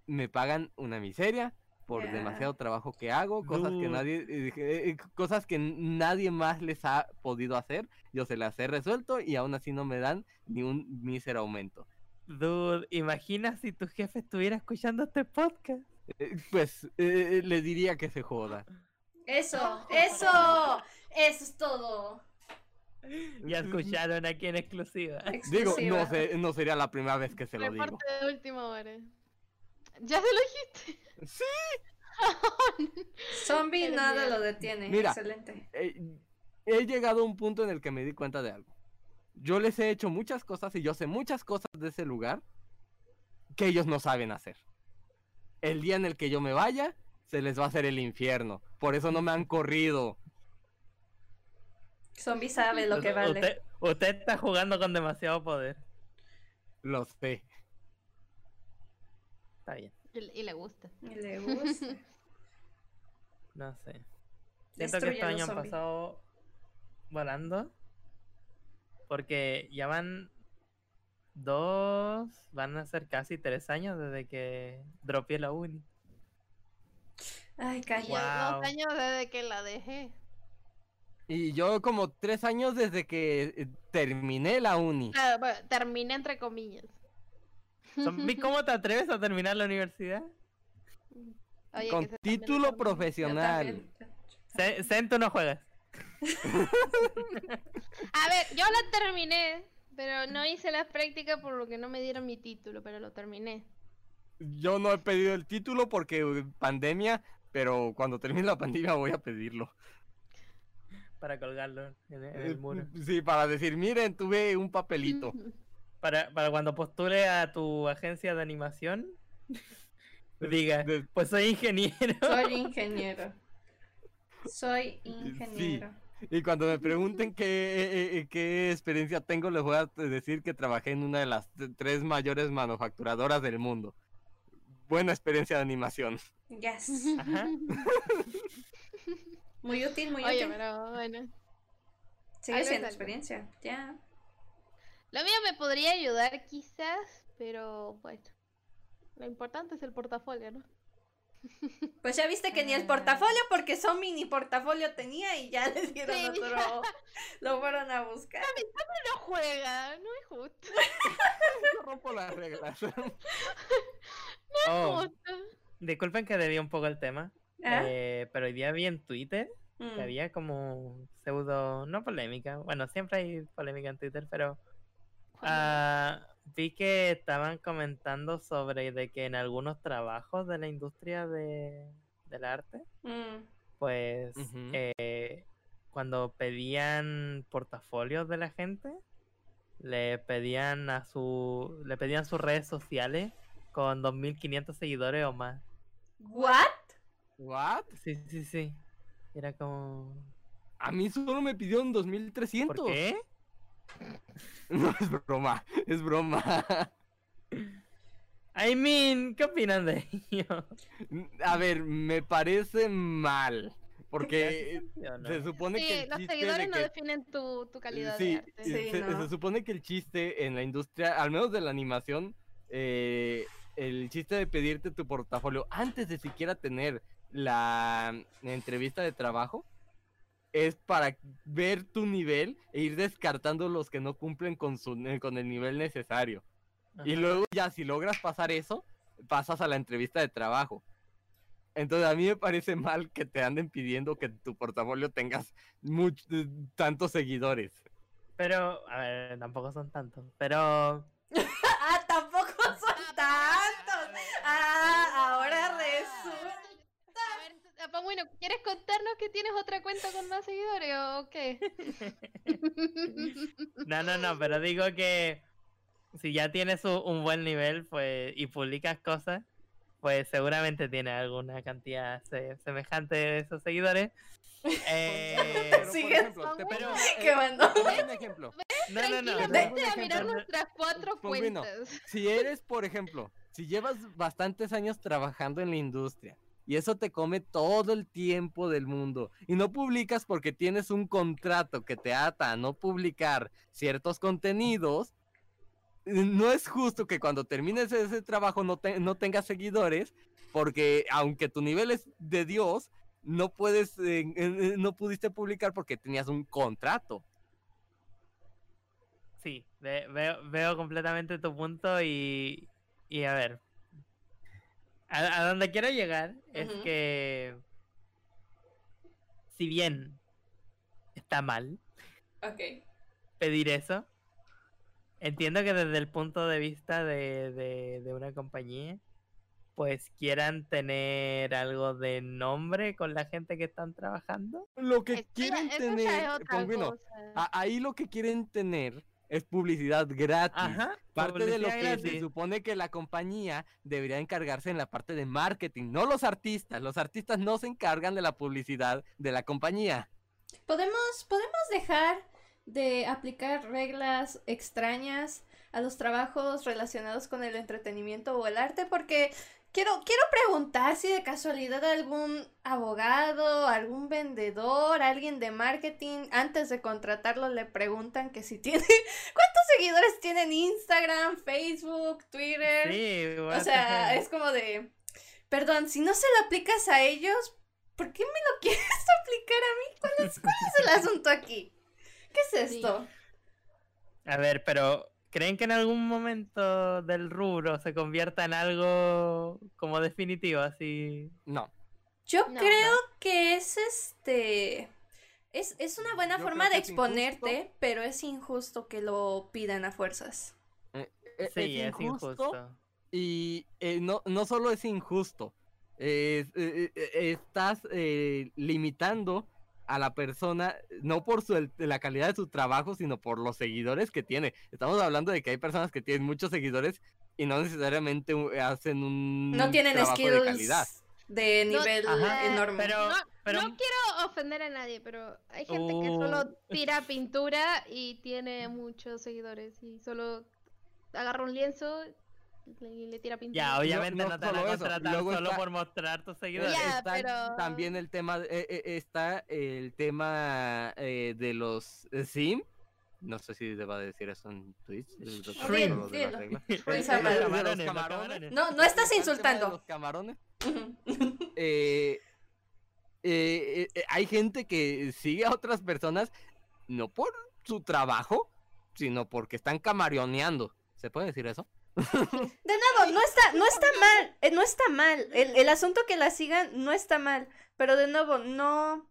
B: me pagan una miseria por
A: Ya.
B: demasiado trabajo que hago, cosas
D: Dude.
B: que nadie, eh, eh, cosas que nadie más les ha podido hacer. Yo se las he resuelto y aún así no me dan ni un mísero aumento.
D: Dude, imagina si tu jefe estuviera escuchando este podcast.
B: Eh, Pues eh, le diría que se joda.
A: Eso, eso. Eso es todo.
D: Ya escucharon aquí en exclusiva.
B: Digo,
A: Exclusiva.
B: no, sé, no sería la primera vez que se lo digo.
C: Reporte de última hora. ¿Ya se lo dijiste?
B: Sí.
A: Zombie
C: El
A: nada
C: miedo.
A: lo detiene.
B: Mira.
A: Excelente.
B: eh, he llegado a un punto en el que me di cuenta de algo. Yo les he hecho muchas cosas y yo sé muchas cosas de ese lugar que ellos no saben hacer. El día en el que yo me vaya, se les va a hacer el infierno. Por eso no me han corrido.
A: Zombie sabe lo que vale.
D: Usted, usted está jugando con demasiado poder.
B: Lo sé.
D: Está bien,
C: Y, le- y le gusta.
A: Y Le gusta.
D: no sé. Siento que
A: Destruye
D: este
A: a
D: año
A: los
D: han
A: zombies.
D: pasado volando. Porque ya van dos, van a ser casi tres años desde que dropeé la uni.
A: Ay,
C: Y yo
A: calla.
C: dos
D: Guau.
C: años desde que la dejé.
B: Y yo como tres años desde que eh, terminé la uni.
C: Claro, bueno, terminé entre comillas.
D: Zombie, ¿Cómo te atreves a terminar la universidad?
C: Oye,
B: con
C: que se terminó
B: título
C: con-
B: profesional.
A: También.
D: Se- Sen, tú no juegas.
C: A ver, yo la terminé, pero no hice las prácticas por lo que no me dieron mi título, pero lo terminé.
B: Yo no he pedido el título porque eh, pandemia, pero cuando termine la pandemia voy a pedirlo.
D: para colgarlo en, en el muro.
B: Eh, Sí, para decir, miren, tuve un papelito.
D: Para, para cuando postule a tu agencia de animación, diga,
B: De-
D: pues soy ingeniero.
A: Soy ingeniero. Soy ingeniero.
B: Y cuando me pregunten qué, eh, eh, qué experiencia tengo, les voy a decir que trabajé en una de las t- tres mayores manufacturadoras del mundo. Buena experiencia de animación.
A: Yes.
D: Ajá.
A: Muy útil, muy
C: Oye,
A: útil.
C: pero bueno.
A: Sigue
C: ahí me
A: siendo
C: salgo.
A: experiencia. Ya.
C: Lo mío me podría ayudar quizás, pero bueno. Lo importante es el portafolio, ¿no?
A: Pues ya viste que ni el
C: Ah.
A: portafolio, porque son mini portafolio tenía y ya le dieron
C: Sí.
A: otro. Lo fueron a buscar.
C: No juega, no es justo.
B: Yo rompo las reglas.
D: Oh,
C: justo.
D: disculpen que debí un poco el tema,
A: ¿Ah?
D: eh, pero hoy día vi en Twitter que
A: Mm.
D: había como pseudo, no polémica, bueno, siempre hay polémica en Twitter, pero ah, vi que estaban comentando sobre de que en algunos trabajos de la industria de, del arte,
A: Mm.
D: pues
B: Ujú.
D: eh, cuando pedían portafolios de la gente, le pedían a su, le pedían sus redes sociales con 2.500 seguidores o más.
A: ¿What?
B: ¿What?
D: Sí, sí, sí. Era como.
B: A mí solo me pidieron
D: ¿Por
B: 2300.
D: qué?
B: No, es broma, es broma.
D: I mean, ¿qué opinan de ello?
B: A ver, me parece mal.
D: ¿Te hace
B: Porque
D: sentido o no?
B: se supone que.
C: Sí,
B: el
C: los
B: chiste de
C: seguidores no
B: que-
C: definen tu, tu calidad
B: Sí, eh,
C: de arte.
A: Sí,
B: se, se
A: no.
B: supone que el chiste en la industria, al menos de la animación, eh, el chiste de pedirte tu portafolio antes de siquiera tener la entrevista de trabajo es para ver tu nivel e ir descartando los que no cumplen con, su, eh, con el nivel necesario. Y
D: Ajá.
B: luego ya si logras pasar eso, pasas a la entrevista de trabajo. Entonces a mí me parece mal que te anden pidiendo que tu portafolio tengas much- eh, tantos seguidores.
D: Pero, a ver, tampoco son tantos. Pero.
A: Ah, tampoco son tantos. Ah, ahora resulta.
C: A ver, ah, Pangüino, ¿quieres contarnos que tienes otra cuenta con más seguidores o qué?
D: No, no, no, pero digo que. Si ya tienes u- un buen nivel pues y publicas cosas, pues seguramente tienes alguna cantidad se- semejante de esos seguidores. Eh,
B: Pero, por
A: Sigues
B: ejemplo, te
C: Pero-
B: pongo-
A: Qué bueno.
B: te pongo un ejemplo.
D: no, no, no.
B: Pero-
C: Tranquilamente a mirar
D: Pero-
C: nuestras cuatro
B: Pangüino.
C: cuentas.
B: Si eres, por ejemplo, si llevas bastantes años trabajando en la industria y eso te come todo el tiempo del mundo y no publicas porque tienes un contrato que te ata a no publicar ciertos contenidos, eh, no es justo que cuando termines ese trabajo no, te- no tengas seguidores porque aunque tu nivel es de Dios, no puedes, eh, eh, eh, no pudiste publicar porque tenías un contrato.
D: Sí, ve- veo, veo completamente tu punto y, y a ver. A, a donde quiero llegar es
A: Ujú.
D: que si bien está mal
A: Ok.
D: pedir eso, entiendo que desde el punto de vista de, de- de una compañía, pues quieran tener algo de nombre con la gente que están trabajando.
B: Lo que
C: Eso ya-
B: quieren
C: eso ya
B: tener, pues, ah,
C: es otra
B: pingüino,
C: cosa.
B: A- ahí lo que quieren tener es publicidad gratis.
D: Ajá.
B: Parte de lo que
D: publicidad
B: se
D: gratis.
B: supone que la compañía debería encargarse en la parte de marketing, no los artistas. Los artistas no se encargan de la publicidad de la compañía.
A: ¿Podemos, podemos dejar de aplicar reglas extrañas a los trabajos relacionados con el entretenimiento o el arte? Porque quiero, quiero preguntar si de casualidad algún abogado, algún vendedor, alguien de marketing, antes de contratarlo le preguntan que si tiene... ¿Cuántos seguidores tienen Instagram, Facebook, Twitter?
D: Sí,
A: O
D: what the
A: sea,
D: hell.
A: es como de. Perdón, si no se lo aplicas a ellos, ¿por qué me lo quieres aplicar a mí? ¿Cuál es, cuál es el asunto aquí? ¿Qué es
C: Sí.
A: esto?
D: A ver, pero ¿creen que en algún momento del rubro se convierta en algo como definitivo, así?
B: No.
A: Yo
C: No,
A: creo que es este. Es, es una buena
B: Yo
A: forma
B: creo
A: de
B: que es injusto.
A: exponerte, pero es injusto que lo pidan a fuerzas.
B: E-
D: Sí, es injusto.
B: Y eh, no, no solo es injusto, es- eh, eh, estás eh, limitando a la persona, no por su, el- la calidad de su trabajo, sino por los seguidores que tiene. Estamos hablando de que hay personas que tienen muchos seguidores y no necesariamente u- hacen un
A: No tienen
B: Mm, trabajo
A: skills
B: de
A: de,
B: calidad.
C: No-
A: nivel
D: Ajá,
A: enorme.
D: Pero,
C: No,
D: pero
C: No quiero ofender a nadie, pero hay gente
D: Oh.
C: que solo tira pintura y tiene muchos seguidores y solo agarra un lienzo y le tira pintura.
D: ya, obviamente
B: no
D: no, te van a
B: solo eso,
D: contratar
B: luego
D: solo
B: está-
D: por mostrar tus seguidores.
C: Ya,
B: está
C: pero-
B: también el tema, de- eh, eh, está el tema eh, de los eh, sim. No sé si deba decir eso en Twitch. el doctor
A: Bien,
B: Solo de la
A: dilo.
B: regla.
D: Los
A: Pues,
B: Eh,
A: Samara.
B: eh, de los
D: camarones, los
B: camarones.
D: camarones.
A: No, no estás
B: Está el tema de
A: insultando.
B: Los camarones. eh, eh, eh, eh, hay gente que sigue a otras personas no por su trabajo, sino porque están camaroneando. ¿Se puede decir eso?
A: De nuevo, no está, no está mal, eh, no está mal. El, el asunto que la sigan no está mal, pero de nuevo, no...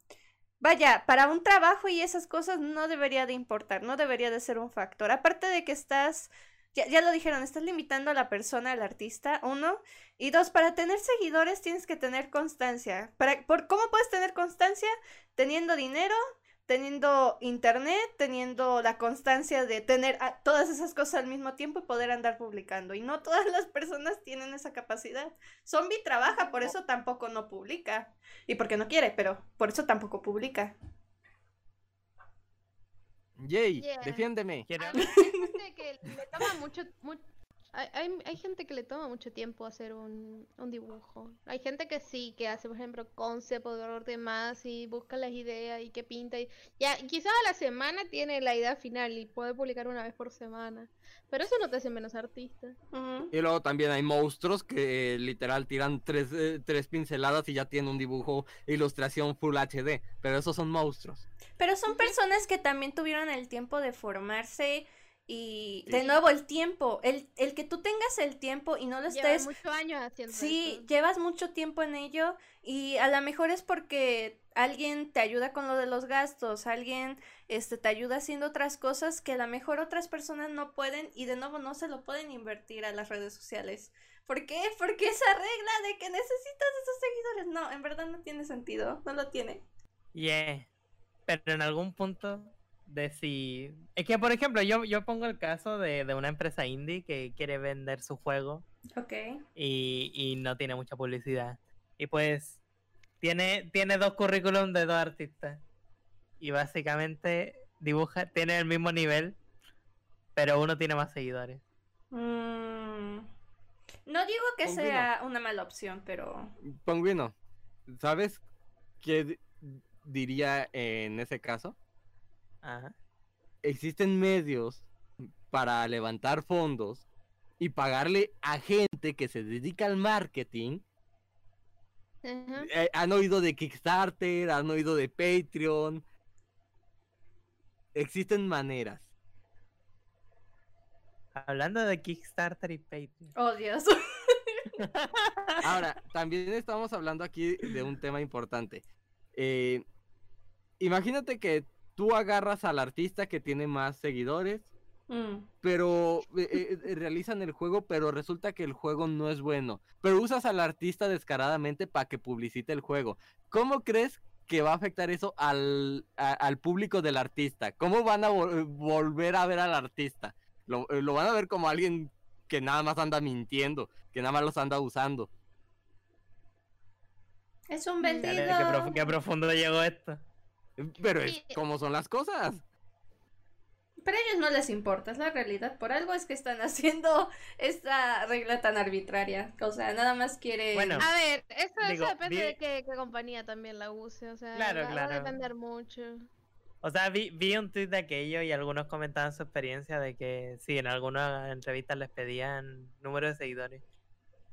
A: Vaya, para un trabajo y esas cosas no debería de importar, no debería de ser un factor. Aparte de que estás, ya, ya lo dijeron, estás limitando a la persona, al artista, uno. Y dos, para tener seguidores tienes que tener constancia. Para, por, ¿Cómo puedes tener constancia? Teniendo dinero, teniendo internet, teniendo la constancia de tener a- todas esas cosas al mismo tiempo y poder andar publicando. Y no todas las personas tienen esa capacidad. Zombie trabaja, por eso tampoco no publica. Y porque no quiere, pero por eso tampoco publica.
B: Jay,
C: Yeah.
B: defiéndeme.
D: Quiero-
C: Además, hay gente que le toma mucho, mu- hay, hay- hay gente que le toma mucho tiempo hacer un, un dibujo. Hay gente que sí, que hace, por ejemplo, concept o demás y busca las ideas y que pinta. Y, ya, quizás a la semana tiene la idea final y puede publicar una vez por semana. Pero eso no te hace menos artista.
A: Ujú.
B: Y luego también hay monstruos que eh, literal tiran tres, eh, tres pinceladas y ya tienen un dibujo, ilustración Full HD. Pero esos son monstruos.
A: Pero son personas que también tuvieron el tiempo de formarse y de
B: Sí.
A: nuevo el tiempo, el, el que tú tengas el tiempo y no lo
C: Lleva
A: estés
C: muchos años haciendo
A: Sí,
C: eso.
A: llevas mucho tiempo en ello y a lo mejor es porque alguien te ayuda con lo de los gastos, alguien este te ayuda haciendo otras cosas que a lo mejor otras personas no pueden y de nuevo no se lo pueden invertir a las redes sociales. ¿Por qué? Porque esa regla de que necesitas esos seguidores, no, en verdad no tiene sentido, no lo tiene.
D: Yeah. Pero en algún punto de si... Es que, por ejemplo, yo, yo pongo el caso de, de una empresa indie que quiere vender su juego
A: Ok.
D: y, y no tiene mucha publicidad. Y pues tiene, tiene dos currículums de dos artistas. Y básicamente dibuja, tiene el mismo nivel, pero uno tiene más seguidores.
A: Mm, No digo que
B: Convino.
A: sea una mala opción, pero
B: Pongüino, ¿sabes qué di- diría en ese caso?
D: Ajá.
B: existen medios para levantar fondos y pagarle a gente que se dedica al marketing.
C: Ajá.
B: Eh, han oído de Kickstarter, han oído de Patreon. Existen maneras.
D: Hablando de Kickstarter y Patreon.
A: oh Dios.
B: Ahora, también estamos hablando aquí de un tema importante. Eh, imagínate que tú agarras al artista que tiene más seguidores
A: Mm.
B: pero eh, eh, realizan el juego, pero resulta que el juego no es bueno. Pero usas al artista descaradamente para que publicite el juego. ¿Cómo crees que va a afectar eso al, a- al público del artista? ¿Cómo van a vol- eh, volver a ver al artista? Lo, eh, lo van a ver como alguien que nada más anda mintiendo, que nada más los anda usando.
A: Es un
C: Chale,
A: vendido.
D: Chale, qué, profu- qué profundo llegó esto.
B: Pero es
C: Sí.
B: como son las cosas.
A: Pero a ellos no les importa, es la realidad. Por algo es que están haciendo esta regla tan arbitraria. O sea, nada más quiere.
D: Bueno.
C: A ver, eso, eso
D: Digo,
C: depende
D: vi-
C: de qué, qué compañía también la use. O sea,
D: Claro,
C: va, va
D: claro.
C: a depender mucho.
D: O sea, vi, vi un tweet de aquello y algunos comentaban su experiencia de que sí, en algunas entrevistas les pedían número de seguidores.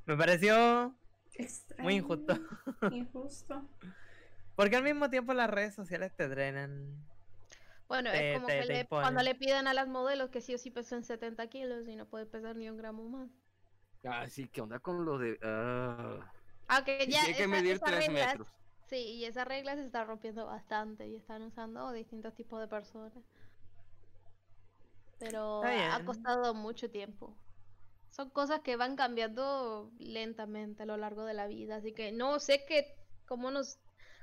D: Me pareció
A: extraño,
D: muy injusto.
A: Injusto.
D: Porque al mismo tiempo las redes sociales te drenan.
C: Bueno,
D: Te-
C: es como
D: te-
C: que
D: te
C: le- cuando
D: imponen.
C: le pidan a las modelos que sí o sí pesan 70 kilos y no puede pesar ni un gramo más.
B: Así que Ah, onda con lo de... ah.
C: Aunque
B: Y
C: ya
B: tiene que
C: esa-
B: medir
C: esas
B: 3
C: reglas-
B: metros.
C: Sí, y esa regla se está rompiendo bastante y están usando distintos tipos de personas. Pero
D: Está
C: ha
D: bien.
C: costado mucho tiempo. son cosas que van cambiando lentamente a lo largo de la vida. Así que no sé qué, cómo nos,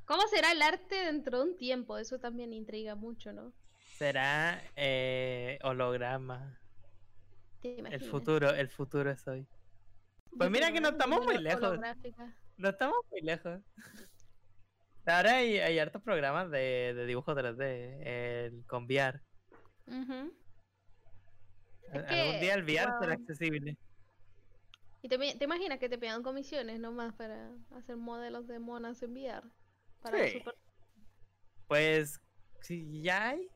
C: cómo será el arte dentro de un tiempo. Eso también intriga mucho, ¿no?
D: Será eh, holograma.
C: ¿Te
D: El
C: imaginas?
D: futuro, el futuro es hoy. Pues mira que no estamos muy
C: Holo-
D: lejos.
C: holográfica.
D: No estamos muy lejos. Ahora hay, hay hartos programas de, de dibujo 3D. El con VR.
C: Ujú.
D: Al-
C: que,
D: Algún día el VR será
C: wow.
D: accesible.
C: Y te, pi- te imaginas que te pegan comisiones nomás para hacer modelos de monas en VR. Para el
B: Sí.
C: super-
D: Pues, si ya hay.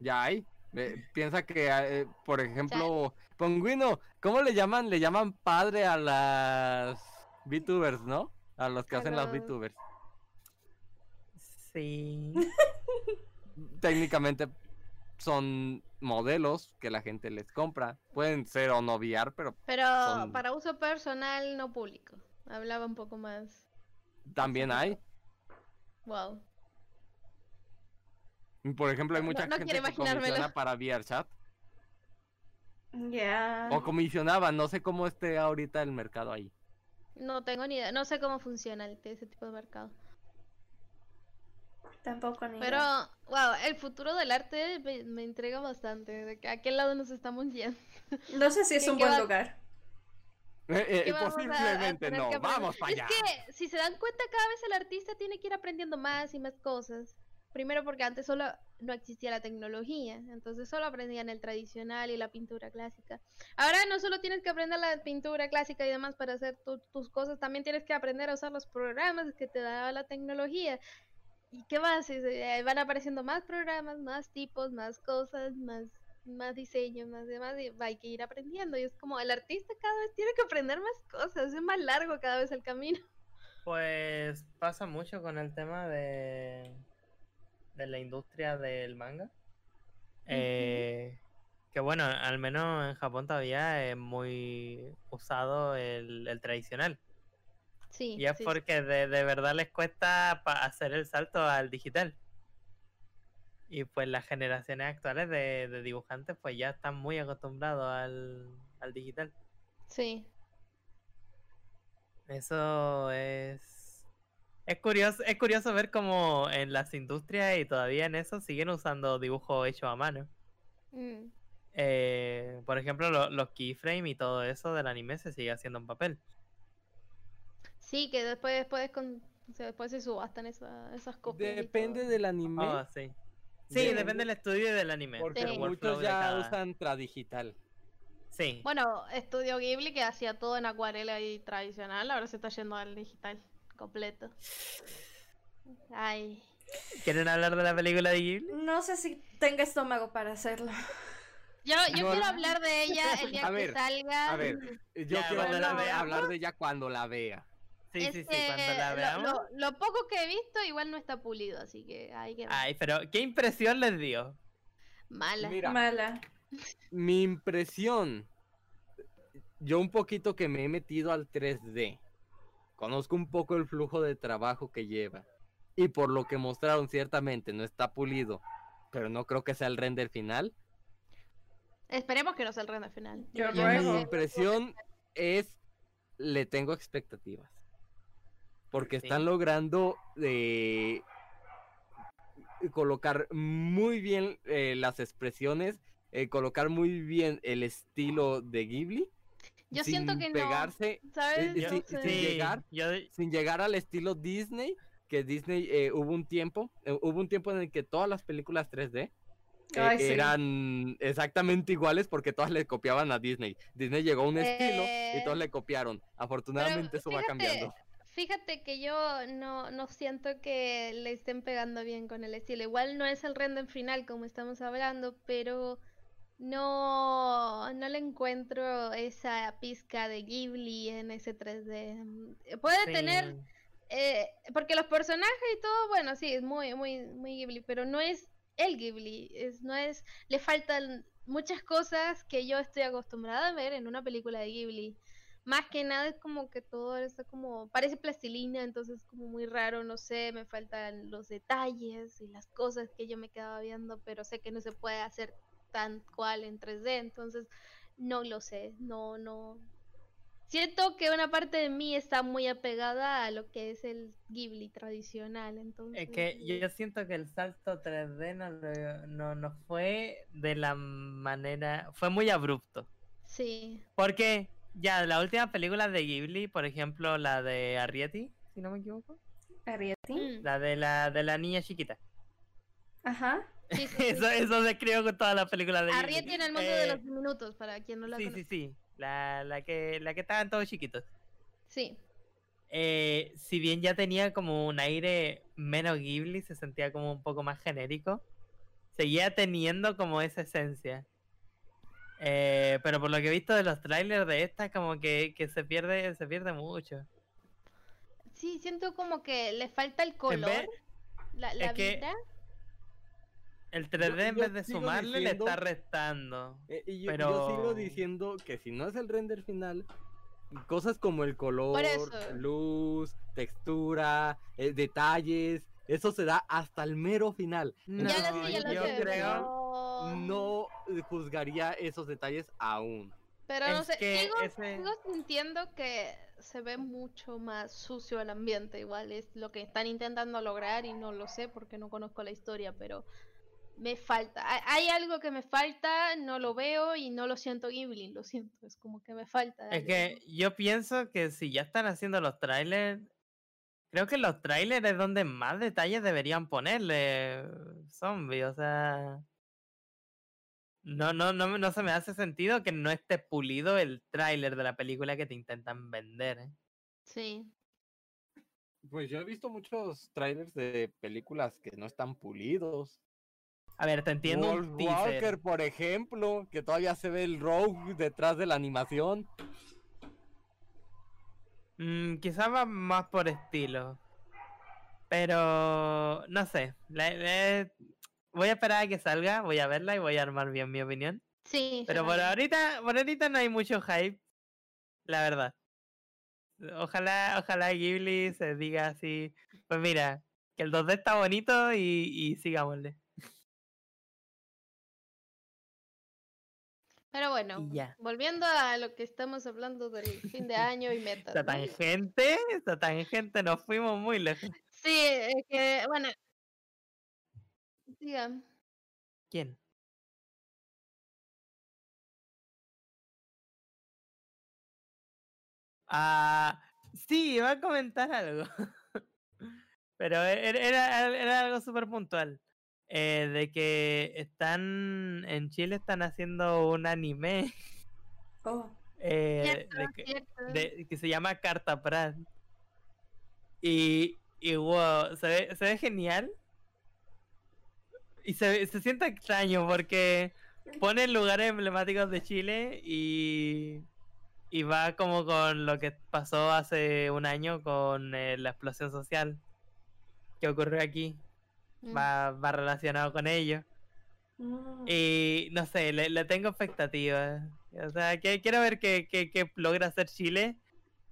B: Ya hay. Ve, piensa que, eh, por ejemplo, Pongüino, ¿cómo le llaman? Le llaman padre a las VTubers, ¿no? A los que
C: A
B: hacen las
C: los-
B: VTubers.
D: Sí.
B: Técnicamente son modelos que la gente les compra. Pueden ser o no VR, pero
C: Pero
B: Son-
C: para uso personal, no público. Hablaba un poco más.
B: también hay.
C: Wow.
B: Por ejemplo, hay
C: No-
B: mucha
C: no
B: gente
C: quiero
B: que comisiona
C: imaginármelo.
B: para VRChat.
A: Ya.
B: O comisionaba, no sé cómo esté ahorita el mercado ahí.
C: No tengo ni idea. No sé cómo funciona el- ese tipo de mercado.
A: Tampoco ni
C: Pero,
A: idea.
C: wow, el futuro del arte me, me intriga bastante. De que a qué lado nos estamos yendo.
A: No sé si es
C: ¿qué-
A: un
C: qué
A: buen
C: va-
A: lugar.
B: Eh, eh,
C: ¿Qué vamos a- a
B: posiblemente
C: tener que
B: no.
C: aprender?
B: Vamos para allá.
C: Es que, si se dan cuenta, cada vez el artista tiene que ir aprendiendo más y más cosas. Primero porque antes solo no existía la tecnología, entonces solo aprendían el tradicional y la pintura clásica. Ahora no solo tienes que aprender la pintura clásica y demás para hacer tu- tus cosas, también tienes que aprender a usar los programas que te da la tecnología. ¿Y qué más? Es, eh, Van apareciendo más programas, más tipos, más cosas, más más diseño, más demás, y hay que ir aprendiendo. Y es como el artista cada vez tiene que aprender más cosas, es más largo cada vez el camino.
D: Pues pasa mucho con el tema de, de la industria del manga. Eh, que bueno, al menos en Japón todavía es muy usado el, el tradicional.
C: Sí.
D: Y es
C: sí, sí.
D: porque de, de verdad les cuesta pa- hacer el salto al digital. Y pues las generaciones actuales de, de dibujantes pues ya están muy acostumbrados al, al digital.
C: Sí.
D: Eso es... Es curioso, es curioso ver cómo en las industrias y todavía en eso siguen usando dibujos hechos a mano.
C: Mm,
D: Eh, por ejemplo, lo- los keyframes y todo eso del anime se sigue haciendo en papel.
C: Sí, que después, después, con, o sea, después se subastan esa- esas copias. y
B: Depende
C: todo.
B: del anime.
D: Ah, sí. Sí,
B: Depende.
D: depende del estudio y del anime.
B: Porque
D: del
C: Sí.
D: workflow
B: muchos
D: de
B: ya
D: cada-
B: usan tradigital.
D: Sí.
C: Bueno, Estudio Ghibli que hacía todo en acuarela y tradicional, ahora se está yendo al digital completo. Ay.
D: ¿Quieren hablar de la película de Ghibli?
A: No sé si tenga estómago para hacerlo.
C: Yo, yo
B: No,
C: quiero
B: no.
C: hablar de ella el día
B: A
C: que
B: ver,
C: salga.
B: A ver, Eh, yo
D: Ya,
B: quiero
D: cuando la
B: hablar de,
D: veamos.
B: hablar de ella cuando la vea.
D: Sí,
C: Es
D: sí, sí,
C: que
D: cuando la
C: este, lo-
D: veamos.
C: Lo, lo poco que he visto igual no está pulido, así que hay que ver.
D: Ay, pero ¿qué impresión les dio?
C: mala.
B: Mira,
A: Mala.
B: mi impresión. Yo un poquito que me he metido al 3D. Conozco un poco el flujo de trabajo que lleva. Y por lo que mostraron, ciertamente no está pulido. Pero no creo que sea el render final.
C: Esperemos que no sea el render final.
A: Yo
B: Y mi
A: ruego.
B: impresión es, le tengo expectativas. Porque
D: Sí.
B: están logrando eh, colocar muy bien eh, las expresiones, eh, colocar muy bien el estilo de Ghibli.
C: Yo
B: sin
C: siento que no,
B: pegarse,
C: ¿Sabes?
B: Y
D: Yo-
B: Eh, sí,
C: No sé.
B: sin sí. llegar.
D: yo-
B: sin llegar al estilo Disney, que Disney eh, hubo un tiempo, eh, hubo un tiempo en el que todas las películas 3D eh,
A: Ay, sí.
B: eran exactamente iguales porque todas le copiaban a Disney. Disney llegó a un estilo y todos
C: Eh,
B: le copiaron. Afortunadamente eso va
C: fíjate,
B: cambiando.
C: Fíjate que yo no, no siento que le estén pegando bien con el estilo. Igual no es el render final como estamos hablando, pero no, no le encuentro esa pizca de Ghibli en ese 3D. Puede tener
D: sí.
C: eh, porque los personajes y todo, bueno, sí, es muy, muy, muy Ghibli, pero no es el Ghibli, es, no es, le faltan muchas cosas que yo estoy acostumbrada a ver en una película de Ghibli. Más que nada es como que todo está como, parece plastilina, entonces es como muy raro, no sé, me faltan los detalles y las cosas que yo me quedaba viendo, pero sé que no se puede hacer tan cual en 3D, entonces No lo sé, no, no. Siento que una parte de mí está muy apegada a lo que es el Ghibli tradicional, entonces...
D: Es que yo yo siento que el salto 3D no, lo- no, no fue de la manera. Fue muy abrupto.
C: Sí,
D: Porque ya las últimas películas de Ghibli, por ejemplo, la de Arrietty, si no me equivoco,
A: Arrietty.
C: Mm,
D: la de la, de la niña chiquita.
A: Ajá.
C: sí, sí, sí.
D: Eso, eso se creó con todas las películas de Ghibli.
C: Arrietty en el mundo
D: Eh,
C: de los minutos, para quien no la
D: Sí,
C: conoce.
D: sí, sí. La, la que, la que estaban todos chiquitos.
C: Sí.
D: eh, si bien ya tenía como un aire menos Ghibli, se sentía como un poco más genérico, seguía teniendo como esa esencia. Eh, pero por lo que he visto de los trailers de esta, como que, que se pierde se pierde mucho.
C: Sí, siento como que le falta el
D: En vez-
C: color, la, la
D: es que-
C: vibra.
D: el 3D en
B: yo
D: vez de
B: sigo
D: sumarle
B: diciendo-
D: le está restando.
B: Eh, y yo, yo
D: Pero-
B: sigo diciendo que si no es el render final, cosas como el color,
C: eso.
B: luz, textura, eh, detalles, eso se da hasta el mero final.
D: No,
C: ya lo sé, ya lo
D: yo
C: sé.
D: creo-
C: pero-
B: No eh, juzgaría esos detalles aún.
C: Pero no
D: Es
C: sé,
D: que
C: sigo,
D: ese-
C: sigo sintiendo que se ve mucho más sucio el ambiente, igual es lo que están intentando lograr y no lo sé porque no conozco la historia, pero me falta, ha- hay algo que me falta, no lo veo y no lo siento Ghibli, lo siento, es como que me falta.
D: Es
C: algo.
D: que yo pienso que si ya están haciendo los trailers, creo que los trailers es donde más detalles deberían ponerle zombie, o sea. No, no, no, me- no se me hace sentido que no esté pulido el tráiler de la película que te intentan vender. ¿eh?
C: Sí,
B: Pues yo he visto muchos trailers de películas que no están pulidos.
D: A ver, te entiendo un
B: Wolf
D: teaser.
B: Walker, por ejemplo, que todavía se ve el Rogue detrás de la animación.
D: Mm, quizás va más por estilo. Pero no sé. la- la- voy a esperar a que salga, voy a verla y voy a armar bien mi opinión.
C: sí.
D: Pero por
C: Hanabi.
D: ahorita, por ahorita no hay mucho hype, la verdad. Ojalá, ojalá Ghibli se diga así. Pues mira, que el 2D está bonito y, y sigámosle.
C: Pero bueno,
D: Y ya.
C: volviendo a lo que estamos hablando del fin de año y metas.
D: Esta
C: ¿no?
D: tangente, esta tangente, nos fuimos muy lejos.
C: Sí, es que, bueno. Diga.
D: ¿Quién? Ah, sí, iba a comentar algo. Pero e- era, era al- era algo súper puntual. eh, de que están en Chile están haciendo un anime
A: Oh.
D: eh,
C: Cierto,
D: de que-
C: cierto.
D: de- que se llama Carta Prat. Y, y wow, se ve, se ve genial. Y se, ve- se siente extraño porque ponen lugares emblemáticos de Chile y, y va como con lo que pasó hace un año con eh, la explosión social que ocurrió aquí.
C: Mm.
D: Va, va relacionado con ello.
A: Mm.
D: Eh. Y no sé, le, le tengo expectativas. O sea, que, quiero ver qué que, logra hacer Chile.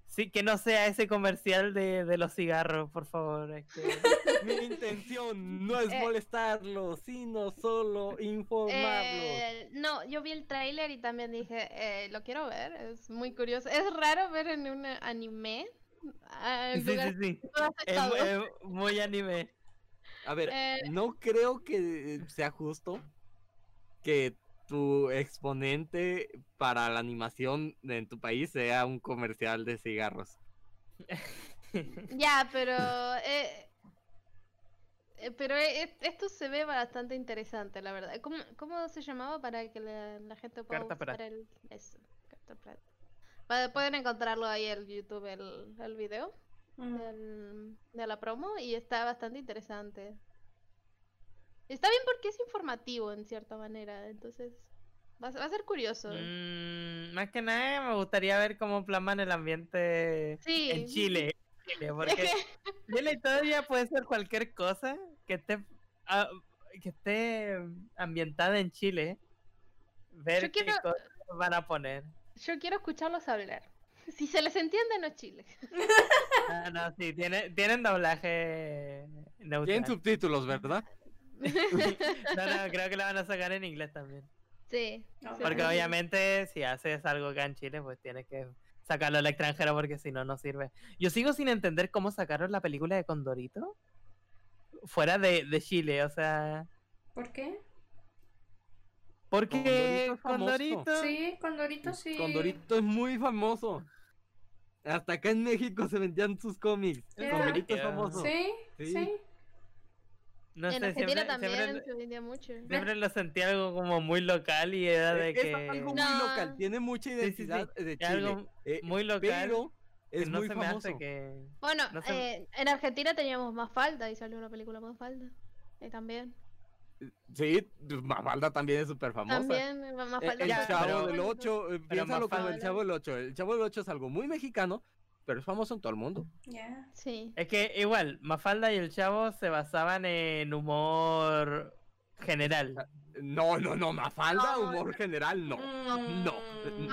D: Sí, que no sea ese comercial de, de los cigarros, por favor. este. es que-
B: Mi intención no es
C: Eh.
B: molestarlos, sino solo informarlos.
C: Eh, no, yo vi el tráiler y también dije, eh, lo quiero ver, es muy curioso. Es raro ver en un anime. ah, en
D: Sí,
C: lugares
D: sí, sí.
C: que no has
D: Es, mu-
C: estado.
D: es muy anime.
B: A ver,
C: Eh,
B: no creo que eh, sea justo que tu exponente para la animación en tu país sea un comercial de cigarros.
C: ya, pero... eh, eh, pero e- esto se ve bastante interesante, la verdad. ¿Cómo, cómo se llamaba para que la, la gente pueda
D: Carta
C: buscar
D: Prat.
C: el... Eso, Carta Prat. Pa- Pueden encontrarlo ahí en YouTube, el, el video
A: Mm.
C: del- de la promo y está bastante interesante. Está bien porque es informativo en cierta manera, entonces va a, ser- va a ser curioso.
D: Mm, más que nada, me gustaría ver cómo plasman el ambiente
C: Sí.
D: en Chile. en Chile, Porque Chile todavía puede ser cualquier cosa que esté, ah, que esté ambientada en Chile. Ver qué
C: quiero-
D: cosas van a poner.
C: Yo quiero escucharlos hablar. Si se les entiende, no es Chile.
D: Ah, no, sí, tiene, tienen doblaje neutral.
B: Tienen subtítulos, ¿verdad?
D: No, no, creo que la van a sacar en inglés también.
C: Sí.
A: No,
C: sí,
D: Porque
C: sí.
D: obviamente si haces algo acá en Chile, pues tienes que sacarlo al extranjero porque si no, no sirve. Yo sigo sin entender cómo sacaron la película de Condorito fuera de, de Chile, o sea...
A: ¿Por qué?
D: Porque
B: Condorito es famoso.
D: Condorito...
A: Sí, Condorito sí.
B: Mm. Condorito es muy famoso. Hasta acá en México se vendían sus cómics.
A: Era.
B: Condorito es
D: Yeah.
B: famoso.
A: Sí,
B: Sí.
A: sí.
D: No
C: en
D: sé,
C: Argentina
D: siempre,
C: también
D: siempre,
C: se vendía mucho.
D: siempre lo sentí algo como muy local y era de
B: Es,
D: que...
B: algo muy
C: No.
B: local, tiene mucha
D: sí,
B: identidad de
D: Es
B: Chile.
D: algo
B: eh,
D: muy local.
B: pero
D: que
B: es
D: no
B: muy
D: se me
B: famoso.
D: hace que...
C: Bueno,
D: No sé.
C: eh, en Argentina teníamos más falda y salió una película más falda. Eh, también.
B: Sí, Mafalda también es súper famosa.
C: También eh, más
B: Eh,
C: falda.
B: el
D: Ya,
B: Chavo
D: pero-
B: del 8, eh, piénsalo como el
D: Mafalda-
B: Chavo del 8. El Chavo del 8 es algo muy mexicano, pero es famoso en todo el mundo.
A: Ya.
C: Sí.
D: Es que igual, Mafalda y el Chavo se basaban en humor general.
B: No, no, no, Mafalda,
C: No,
B: humor general, no. no,
A: Mm,
B: no.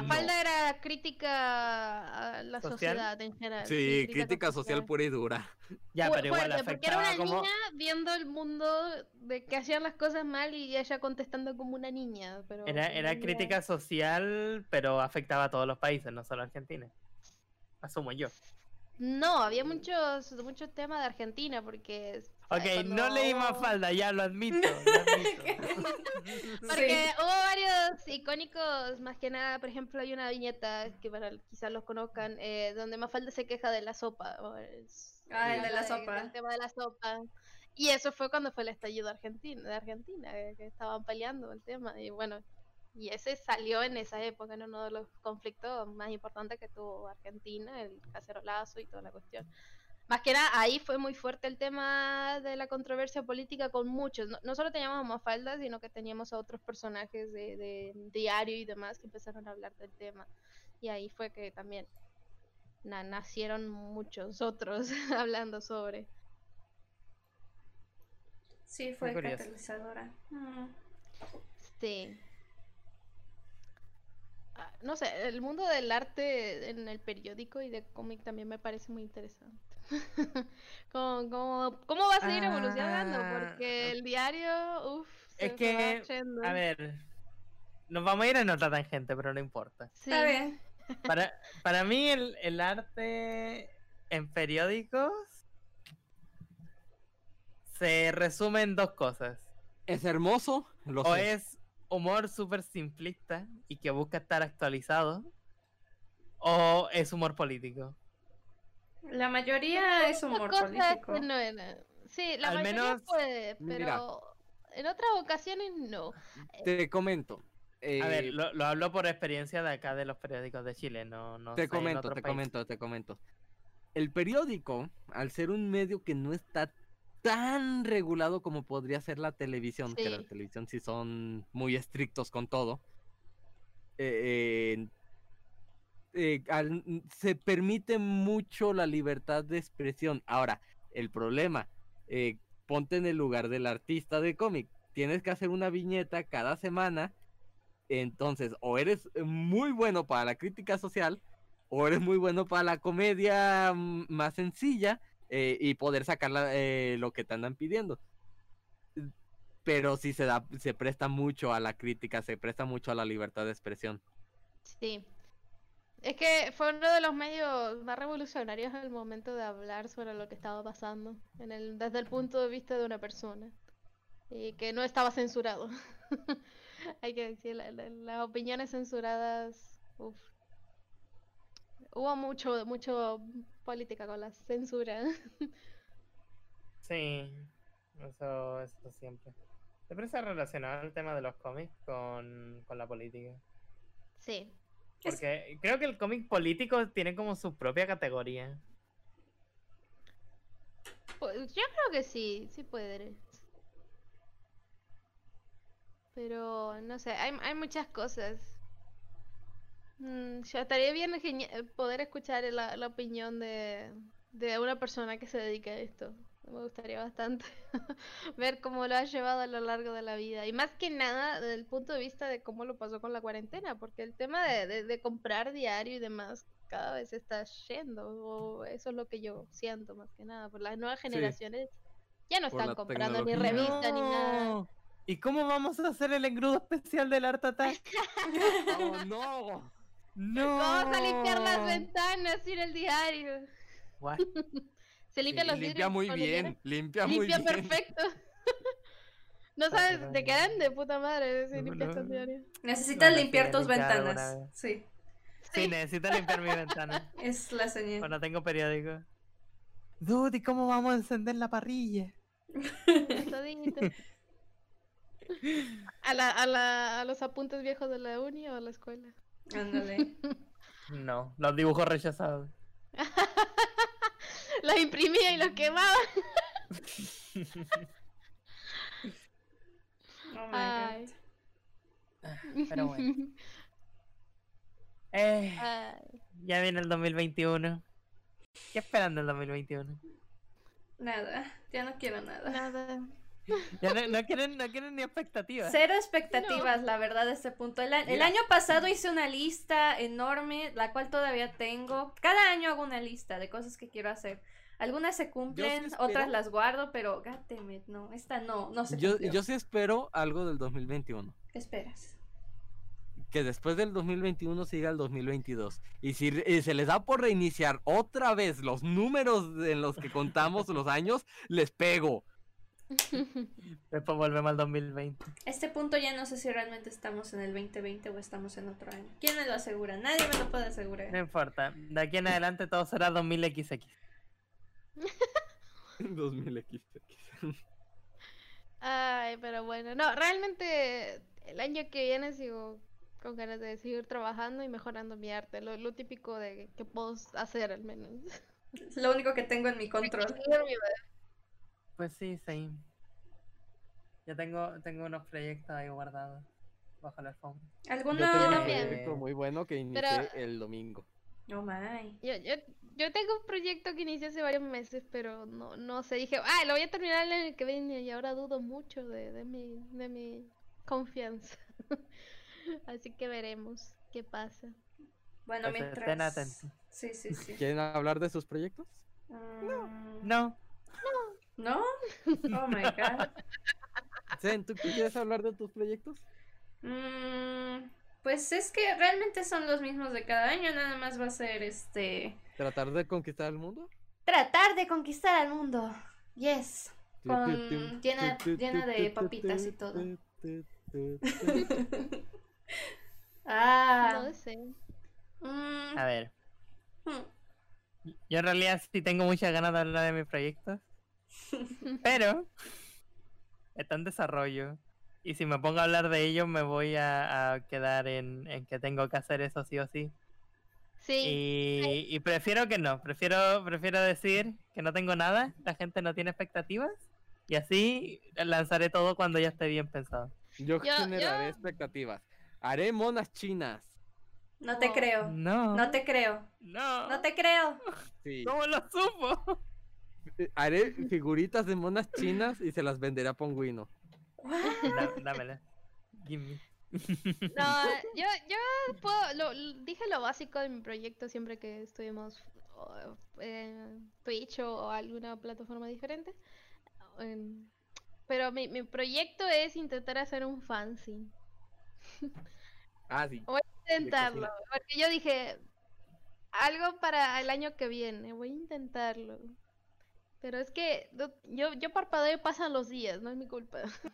C: Mafalda era crítica a la
D: ¿Social?
C: sociedad en general.
B: Sí, crítica social pura y dura.
D: Ya,
C: Fu-
D: pero igual
C: fuerte, porque era
D: afectaba
C: una
D: como...
C: niña viendo el mundo de que hacían las cosas mal y ella contestando como una niña. Pero
D: Era, era
C: no-
D: crítica social, pero afectaba a todos los países, no solo a Argentina. Asumo yo.
C: No, había muchos muchos temas de Argentina porque.
D: Ok, no leí
C: más falda
D: Mafalda, ya lo admito. Lo admito.
C: Porque hubo varios icónicos, más que nada, por ejemplo, hay una viñeta que para quizás los conozcan, eh, donde Mafalda se queja de la sopa. o es-
A: Ah, el de la
C: habla
A: sopa.
C: del tema de la sopa. Y eso fue cuando fue el estallido argentino, de Argentina, que, que estaban peleando el tema. Y bueno, y ese salió en esa época, en uno de los conflictos más importantes que tuvo Argentina, el cacerolazo y toda la cuestión. Más que nada, ahí fue muy fuerte el tema de la controversia política con muchos. No, no solo teníamos a Mafalda, sino que teníamos a otros personajes de, de diario y demás que empezaron a hablar del tema. Y ahí fue que también na- nacieron muchos otros hablando sobre.
A: Sí, fue
D: Muy curioso.
A: catalizadora. Mm.
C: Sí. este, Ah, No sé, el mundo del arte en el periódico y de cómic también me parece muy interesante. ¿Cómo, cómo, cómo va a seguir evolucionando?
D: Ah,
C: Porque el diario, uff,
D: es que, A ver, nos vamos a ir en otra tangente, pero no importa.
A: Está bien.
D: Para, para mí el, el arte en periódicos se resume en dos cosas.
B: Es hermoso, lo
D: O
B: sé.
D: es humor súper simplista y que busca estar actualizado. O es humor político.
A: La mayoría es humor político.
C: no era. Sí, la
D: Al
C: mayoría
D: menos,
C: puede, pero
B: mira.
C: en otras ocasiones no.
B: Te comento. eh,
D: A ver, lo, lo hablo por experiencia de acá de los periódicos de Chile, no, no sé
B: te
D: en
B: comento,
D: otros
B: te
D: países.
B: comento, te comento. El periódico, al ser un medio que no está tan regulado como podría ser la televisión, que la
C: Sí.
B: televisión sí son muy estrictos con todo, eh, eh, al- n- se permite mucho la libertad de expresión. Ahora, el problema, eh, ponte en el lugar del artista de cómic. Tienes que hacer una viñeta cada semana. Entonces, o eres muy bueno para la crítica social, o eres muy bueno para la comedia mm, más sencilla eh, y poder sacar la- eh, lo que te andan pidiendo. Pero sí se, da, se presta mucho a la crítica, se presta mucho a la libertad de expresión.
C: Sí. Es que fue uno de los medios más revolucionarios al momento de hablar sobre lo que estaba pasando, en el, desde el punto de vista de una persona. Y que no estaba censurado. Hay que decir, la- la- las opiniones censuradas. uf. Hubo mucho, mucho política con la censura.
D: Sí, eso, eso siempre. Siempre se ha relacionado el tema de los cómics con, con la política.
C: Sí.
A: Es-
D: Porque creo que el cómic político tiene como su propia categoría.
C: Pues, yo creo que sí, sí puede. Pero no sé, hay, hay muchas cosas. Mm, yo estaría bien genia- poder escuchar la, la opinión de, de una persona que se dedica a esto. Me gustaría bastante ver cómo lo ha llevado a lo largo de la vida. Y más que nada, desde el punto de vista de cómo lo pasó con la cuarentena, porque el tema de, de- de comprar diario y demás cada vez está yendo. o eso es lo que yo siento más que nada. Por las nuevas generaciones ya no
B: por
C: están
B: la
C: comprando ni
B: tecnología.
C: revistas ni nada.
D: No, ¿Y cómo vamos a hacer el engrudo especial del Art Attack?
B: ¡Oh, no!
D: ¡No!
C: Vamos a limpiar las ventanas, ir el diario.
D: What?
C: Se limpia
B: Sí,
C: los
B: limpia
C: vidrios
B: muy
C: con
B: bien, limpia,
C: dinero.
B: muy
C: Limpia
B: bien.
C: perfecto. no sabes, te quedan de puta madre si
D: No,
C: limpias
D: no.
C: tus diarios.
A: Necesitas
D: No, no
A: limpiar
D: tiene
A: tus
D: limpiada
A: ventanas.
D: alguna vez.
A: Sí,
D: Sí, necesito limpiar mi ventana.
A: es la señal.
D: Cuando tengo periódico. Dude, ¿y cómo vamos a encender la parrilla?
C: Todito. A, la, a, la, a los apuntes viejos de la uni o a la escuela.
A: Ándale.
D: No, los dibujos rechazados.
C: Los imprimía y los
A: Mm.
C: quemaba.
A: Oh my
C: Ay.
A: God.
D: Pero bueno. Eh,
C: Ay.
D: ya viene el 2021. ¿Qué esperan del 2021?
A: Nada, ya no quiero nada.
C: Nada.
D: Ya no, no quieren, no quieren ni expectativas.
A: Cero expectativas, la verdad, a este punto. El, a- el
D: Mira.
A: año pasado hice una lista enorme, la cual todavía tengo. Cada año hago una lista de cosas que quiero hacer. Algunas se cumplen,
B: espero-
A: otras las guardo, pero God damn it, no, esta no, no se
B: Yo,
A: cumplió.
B: yo sí espero algo del 2021.
A: ¿Qué esperas?
B: Que después del 2021 siga el 2022. Y si re- y se les da por reiniciar otra vez los números de- en los que contamos los años, les pego.
D: Después volvemos al 2020.
A: A Este punto ya no sé si realmente estamos en el 2020 o estamos en otro año. ¿Quién me lo asegura? Nadie me lo puede
D: No
A: asegurar.
D: importa. De aquí en adelante todo será 2000XX.
B: 2000
C: Ay, pero bueno. No, realmente el año que viene sigo con ganas de seguir trabajando y mejorando mi arte. Lo, lo típico de que puedo hacer al menos.
A: Es lo único que tengo en mi control.
D: Pues sí, sí. Yo tengo, tengo unos proyectos ahí guardados bajo la alfombra.
A: ¿Alguno?
C: Yo también.
B: muy bueno que inicié
C: Pero-
B: el domingo.
A: Oh my.
C: Yo, yo, yo tengo un proyecto que inicié hace varios meses, pero no, no sé. Dije, ah, lo voy a terminar el año que viene y ahora dudo mucho de, de, mi, de mi confianza. Así que veremos qué pasa.
A: Bueno,
D: Pues,
A: mientras.
D: estén atentos.
A: Sí, sí, sí.
B: ¿Quieren hablar de sus proyectos?
A: Mm,
D: No.
A: ¿No? Oh my god.
C: Ah.
B: Zen, ¿tú quieres hablar de tus proyectos?
A: Mm, pues es que realmente son los mismos de cada año, nada más va a ser este.
B: ¿Tratar de conquistar el mundo?
A: Tratar de conquistar al mundo. Yes. Con- llena- llena de papitas y todo. Ah.
C: No sé.
A: mm,
D: A ver.
A: mm.
D: Yo en realidad sí tengo muchas ganas de hablar de mis proyectos. Pero está en desarrollo. Y si me pongo a hablar de ellos me voy a, a quedar en, en que tengo que hacer eso sí o sí.
C: Sí,
D: Y, y prefiero que no, prefiero, prefiero decir que no tengo nada, la gente no tiene expectativas y así lanzaré todo cuando ya esté bien pensado.
B: Yo,
C: Yo-
B: generaré
C: yo-
B: expectativas. Haré monas chinas.
A: No te
C: No.
A: creo.
D: No,
A: No te creo.
D: no,
A: No te creo.
B: Sí.
D: ¿cómo lo supo?
B: Eh, Haré figuritas de monas chinas y se las venderé a Pongüino.
A: What?
D: Da- dámela. Give me.
C: no, yo, yo puedo, lo, lo- dije lo básico de mi proyecto siempre que estuvimos o, eh, Twitch o, o alguna plataforma diferente. En- pero mi, mi proyecto es intentar hacer un fanzine.
B: Ah, sí. cocina.
C: intentarlo, porque yo dije algo para el año que viene, voy a intentarlo. Pero es que no- yo, yo parpadeo y pasan los días, no es mi culpa. Esto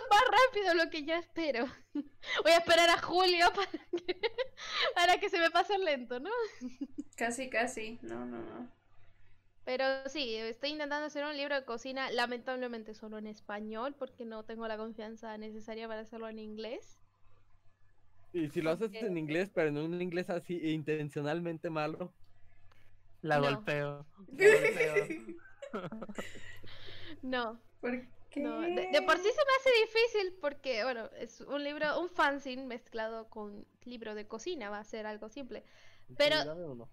C: es más rápido lo que yo espero. Voy a esperar a julio para que, para que se me pase lento, ¿no?
A: Casi, casi. No, no, no.
C: Pero sí, estoy intentando hacer un libro de cocina, lamentablemente solo en español, porque no tengo la confianza necesaria para hacerlo en inglés.
B: Y si lo haces
C: Ok.
B: en inglés, pero en un inglés así intencionalmente malo.
D: La
C: No.
D: golpeo. la golpeo.
C: No,
A: ¿Por qué?
C: No, de, de por sí se me hace difícil porque, bueno, es un libro, un fanzine mezclado con libro de cocina, va a ser algo simple. Pero-
B: ¿Grave o no?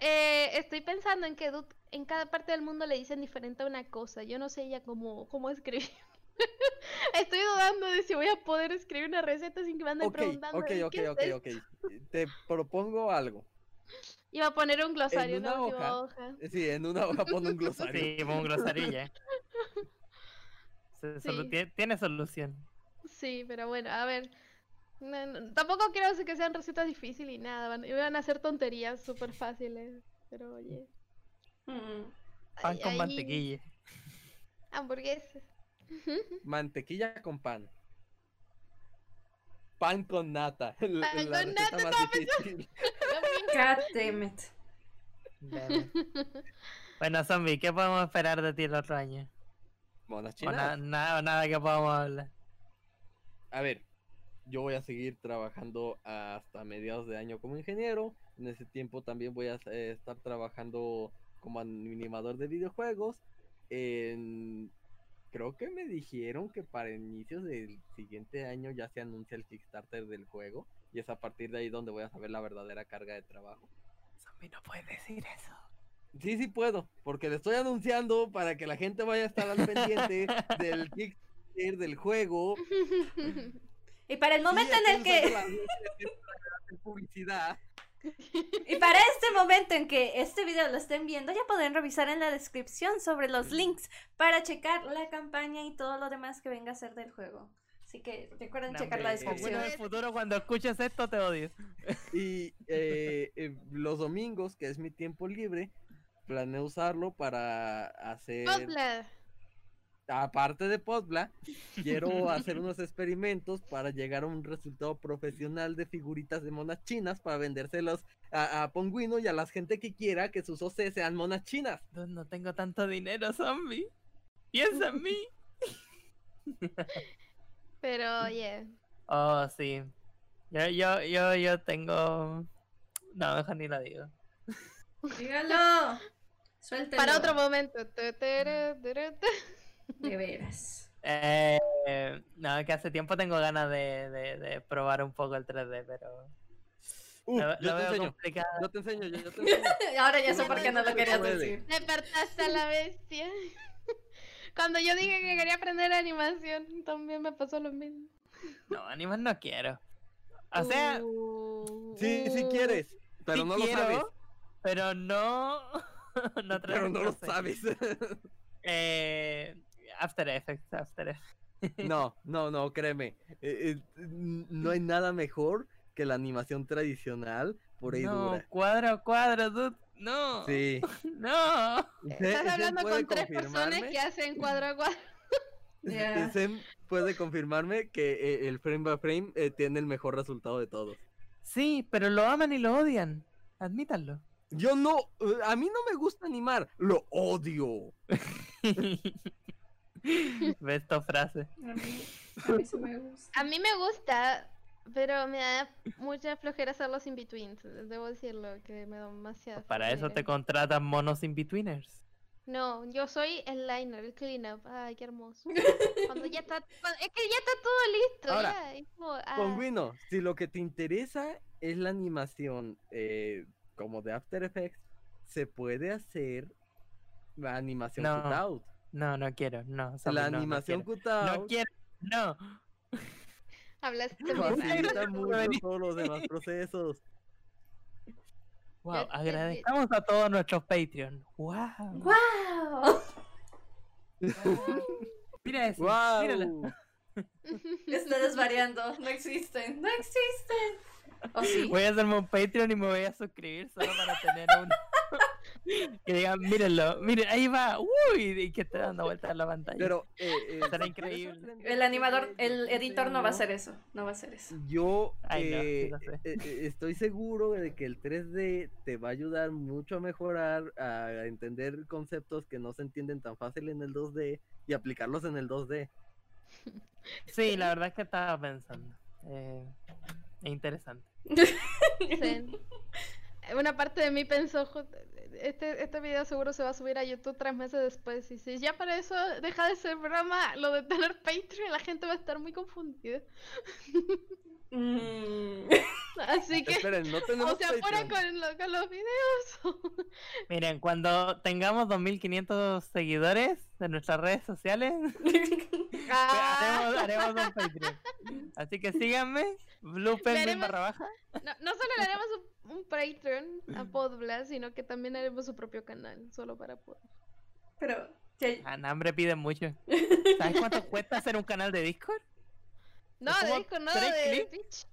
C: Eh, estoy pensando en que Dut- en cada parte del mundo le dicen diferente a una cosa. Yo no sé ya cómo, cómo escribir. estoy dudando de si voy a poder escribir una receta sin que me anden
B: Ok,
C: preguntando.
B: ok,
C: "¿Y
B: ok,
C: qué es
B: ok,
C: esto?".
B: ok. Te propongo algo.
C: Iba a poner un glosario en
B: una
C: la última
B: hoja.
C: hoja.
B: Sí, en una hoja pon un glosario.
D: Sí, pongo un glosario y ya. eh. Se solu-
C: Sí.
D: tiene, tiene solución.
C: Sí, pero bueno, a ver. No, no, tampoco quiero decir que sean recetas difíciles y nada. Van, y van a hacer tonterías súper fáciles. Pero oye.
A: Mm.
D: Pan
C: ahí-
D: con
C: ahí,
D: mantequilla.
C: Hamburguesas.
B: Mantequilla con pan. Pan con nata. la-
C: Pan
B: la
C: con
B: receta
C: nata,
B: más
C: estaba
B: difícil.
A: God damn it.
D: Dale. bueno, Zombie, ¿qué podemos esperar de ti el otro año?
B: Monas
D: O
B: chinas.
D: na- nada, nada que podamos hablar.
B: a ver, yo voy a seguir trabajando hasta mediados de año como ingeniero. En ese tiempo también voy a eh, estar trabajando como animador de videojuegos. En- Creo que me dijeron que para inicios del siguiente año ya se anuncia el Kickstarter del juego. Y es a partir de ahí donde voy a saber la verdadera carga de trabajo.
D: Zombie, no puedes decir eso.
B: Sí, sí puedo, porque le estoy anunciando para que la gente vaya a estar al pendiente del Kickstarter del juego.
A: Y para el
B: Sí,
A: momento en el
B: estoy usando
A: que.
B: las redes sociales para hacer publicidad.
A: Y para este momento en que este video lo estén viendo, ya pueden revisar en la descripción sobre los links para checar la campaña y todo lo demás que venga a ser del juego. Así que recuerden
D: No,
A: checar la
D: hombre, Bueno,
A: descripción.
D: en el futuro cuando escuches esto te odio.
B: Y eh, eh, los domingos, que es mi tiempo libre, planeo usarlo para hacer,
C: Postla.
B: aparte de Postbla, quiero hacer unos experimentos para llegar a un resultado profesional de figuritas de monas chinas para vendérselos a, a Pongüino y a la gente que quiera que sus OC sean monas chinas.
D: No, no tengo tanto dinero, Zombie. Piensa en mí.
C: Pero oye.
D: Oh, sí. Yo, yo, yo, yo tengo. No, mejor ni lo digo.
A: Dígalo. Suéltalo.
C: Para otro momento. Tu, turu, turu, tu.
A: De veras.
D: Eh, eh, no, que hace tiempo tengo ganas de, de- de probar un poco el 3D, pero.
B: Uh,
D: lo, lo
B: yo te
D: veo
B: enseño,
D: complicado.
B: yo te enseño, yo- yo te enseño.
A: Ahora ya sé por qué no lo querías
B: Puede.
A: decir.
C: Despertaste a la bestia. Cuando yo dije que quería aprender animación, también me pasó lo mismo.
D: No, animas no quiero. O sea,
C: Uh,
B: Sí, sí
C: uh.
B: quieres, pero
D: sí
B: no
D: quiero,
B: lo sabes.
D: Pero no. no
B: Pero no lo
D: sé.
B: sabes.
D: Eh, After Effects, After Effects.
B: No, no, no, créeme. eh, eh, n- no hay nada mejor que la animación tradicional por ahí
D: no,
B: dura.
D: cuadro, cuadro, dude. No.
B: Sí.
D: No.
B: Zen- Zen
C: Eh, Estás hablando
B: puede
C: con tres personas
B: confirmarme-
C: que hacen cuadro a cuadro.
A: Ya.
B: Zen puede confirmarme que eh, el frame by frame eh, tiene el mejor resultado de todos.
D: Sí, pero lo aman y lo odian. Admítanlo.
B: Yo no, eh, a mí no me gusta animar, lo odio.
D: Ve esta frase.
A: A mí, a mí sí me gusta.
C: A mí me gusta, pero me da mucha flojera hacer los in-betweens. Debo decirlo, que me da demasiada
D: Para eso te
C: flojera.
D: contratan monos in-betweeners.
C: No, yo soy el liner, el cleanup. Ay, qué hermoso. Cuando ya está, cuando- es que ya está todo listo.
B: Ahora,
C: ya, es como, ah,
B: Pongüino, si lo que te interesa es la animación eh, como de After Effects, se puede hacer la animación
D: No.
B: cutout.
D: No, no quiero, no. Zombie,
B: La
D: no, no
B: animación
D: quiero.
B: cutout.
D: No quiero, no.
C: hablaste
D: Con-
C: bien.
B: facilita
D: Gracias por
B: mucho
D: venir.
B: todos los demás procesos.
D: Wow,
C: te-
D: agradezcamos a todos nuestros Patreon. Wow.
A: ¡Wow!
D: Mira eso. míralo.
B: ¡Wow!
A: Estás desvariando. No existen. No existen. ¿O sí?
D: Voy a hacerme un Patreon y me voy a suscribir solo para tener un. que digan, mírenlo, miren, ahí va, uy, y que esté dando vueltas en la pantalla.
B: Pero eh, eh,
D: Estará
B: si quieres
D: increíble.
B: aprender
A: El animador,
B: 3D,
A: el
B: yo
A: editor no va a
B: tengo-
A: hacer eso. No va a hacer eso.
B: este Yo
D: Ay, no, sí
B: eh,
D: lo sé.
B: eh, eh, estoy seguro de que el 3D te va a ayudar mucho a mejorar, a entender conceptos que no se entienden tan fácil en el 2D y aplicarlos en el 2D.
D: Sí, la verdad es que estaba pensando. Eh, es interesante.
C: Zen. Una parte de mí pensó, "Ju- este, este video seguro se va a subir a YouTube tres meses después. Y si ya para eso deja de ser broma lo de tener Patreon, la gente va a estar muy confundida.
A: Mm.
C: Así que,
B: Esperen, no tenemos
C: o sea, fuera
B: Patreon.
C: con, lo- con los videos.
D: Miren, cuando tengamos 2500 seguidores en nuestras redes sociales, haremos, haremos un Patreon. Así que síganme, Blue Penguin
C: Veremos.
D: barra baja.
C: no, no solo le haremos un, un Patreon a Podblast, sino que también haremos su propio canal, solo para Pod.
A: Pero Que-
D: Ah, en hambre piden mucho. ¿Sabes cuánto cuesta hacer un canal de Discord?
C: No,
D: Es
C: de
D: como
C: disco no,
D: tres
C: de
D: clics.
C: Twitch.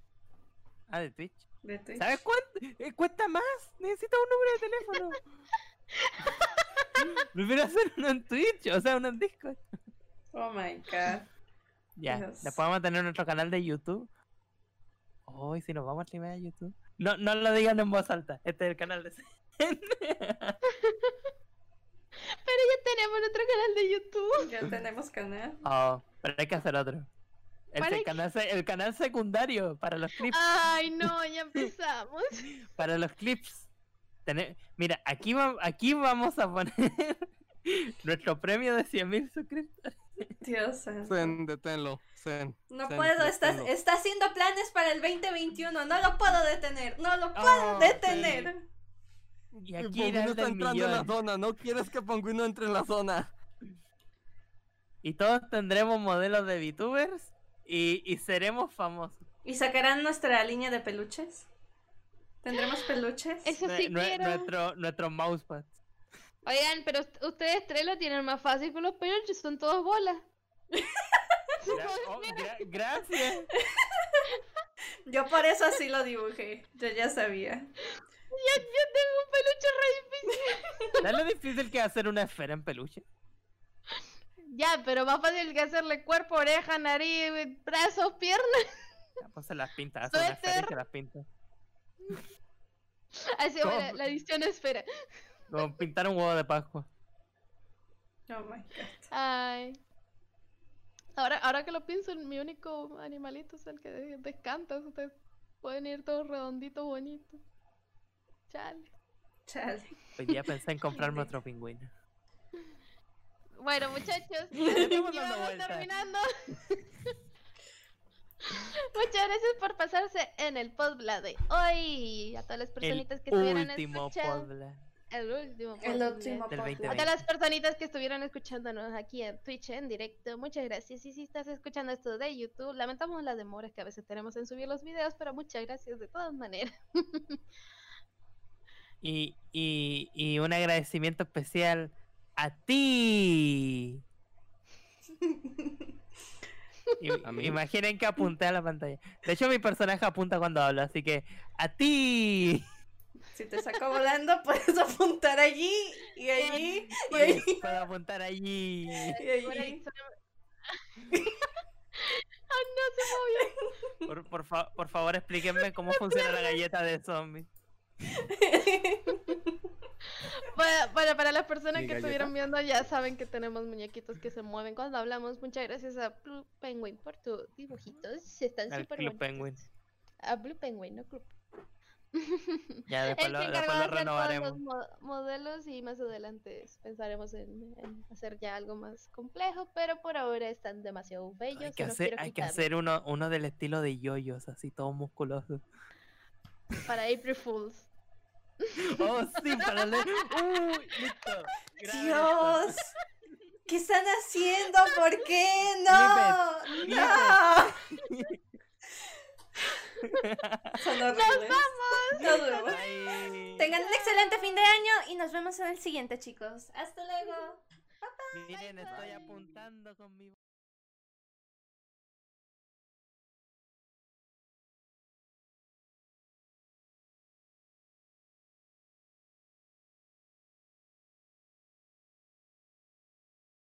D: Ah, de Twitch.
A: de Twitch.
D: ¿Sabes cuánto? Eh, cuesta más. Necesito un número de teléfono. Prefiero hacer uno en Twitch, o sea, uno en Discord.
A: Oh my god.
D: Ya,
A: Dios.
D: después vamos a tener nuestro canal de YouTube. Hoy, si nos vamos a streamear a YouTube. No, no lo digan en voz alta. Este es el canal de.
C: Pero ya tenemos nuestro canal de YouTube.
A: Ya tenemos canal.
D: Oh, pero hay que hacer otro. El,
C: Para
D: se-
C: que-
D: canal, se- el canal secundario para los clips.
B: Ah.
C: Ay, no, ya empezamos.
D: Para los clips. Tener- Mira, aquí, va- aquí vamos a poner nuestro premio de 100.000 suscriptores.
A: Dios santo.
B: Zen, deténlo. Zen.
A: No
B: Zen,
A: puedo, está,
B: deténlo.
A: está haciendo planes para el 2021. No lo puedo detener. No lo puedo
D: Ah, sí.
A: detener.
D: Y
B: El
D: aquí
B: pingüino
D: era el
B: pues, está
D: del
B: entrando en la
D: millón.
B: zona. No quieres que Pangüino entre en la zona.
D: Y todos tendremos modelos de VTubers y, y seremos famosos.
A: ¿Y sacarán nuestra línea de peluches? ¿Tendremos peluches?
C: Eso
D: Nue-
C: sí
D: nue-
C: quiero.
D: nuestro, nuestro mousepad.
C: Oigan, pero ust- ustedes tres lo tienen más fácil con los peluches, son todos bolas.
D: Gra- oh, gra- gracias.
A: Yo por eso así lo dibujé. Yo ya sabía.
C: Ya, ya tengo un peluche re
D: ¿Sabes lo difícil que es hacer una esfera en peluche?
C: difícil. Ya, pero más fácil que hacerle cuerpo, oreja, nariz, brazos, piernas.
D: Ya, Pues se las pinta, hace una esfera y se las pinta.
C: Así,
D: ¿Cómo?
C: bueno, la edición espera.
D: Como pintar un huevo de Pascua.
A: Oh my god.
C: Ay. Ahora, ahora que lo pienso, mi único animalito es el que de- descanta. Ustedes pueden ir todos redonditos, bonitos. Chale.
A: Chale.
D: Pues ya pensé en comprarme otro pingüino.
C: Bueno, muchachos,
D: estamos dando
C: ya vamos
D: vueltas.
C: terminando. Muchas gracias por pasarse en el podbla de hoy. A todas las
D: El
C: personitas que estuvieron
D: último
C: escuchando.
D: podla
C: El último
A: El
C: podbla.
A: último
D: Del
A: podcast.
D: 2020.
C: A todas las personitas que estuvieron escuchándonos aquí en Twitch en directo, muchas gracias. Y si estás escuchando esto de YouTube, lamentamos las demoras que a veces tenemos en subir los videos, pero muchas gracias de todas maneras.
D: Y, y, y un agradecimiento especial a ti. I-
B: ¿A mí?
D: Imaginen que apunté a la pantalla. De hecho, mi personaje apunta cuando habla, así que a ti.
A: Si te sacó volando, puedes apuntar allí y allí y allí.
D: Puedo apuntar allí.
A: Y
C: Por ahí
A: allí.
C: suena- ¡Ah, no se movió!
D: Por, por fa- por favor, explíquenme cómo funciona la galleta de zombies.
C: Para, para, para las personas
B: Mi
C: que
B: galleta.
C: estuvieron viendo, ya saben que tenemos muñequitos que se mueven cuando hablamos. Muchas gracias a Blue Penguin por tus dibujitos. Están
D: Al
C: súper
D: Club
C: bonitos.
D: Penguin.
C: A Blue Penguin, no Club.
D: Ya después
C: Él
D: lo, después
C: se encargó de
D: lo
C: hacer todos los
D: renovaremos.
C: mo- modelos y más adelante pensaremos en, en hacer ya algo más complejo, pero por ahora están demasiado bellos.
D: Hay
C: y
D: que
C: no
D: hacer,
C: quiero
D: hay que
C: quitarlos
D: hacer uno, uno del estilo de yoyos, así todo musculoso.
C: Para April Fools.
D: Oh, sí, para leer. Uh, listo. Graben esto.
A: Dios. ¿Qué están haciendo? ¿Por qué? No.
D: Flippers,
A: No. Son
C: ¡Nos
A: horribles.
C: vamos!
A: Nos vemos.
D: Ay,
A: Tengan un excelente fin de año y nos vemos en el siguiente, chicos. Hasta luego.
D: Miren, estoy
C: bye.
D: apuntando con mi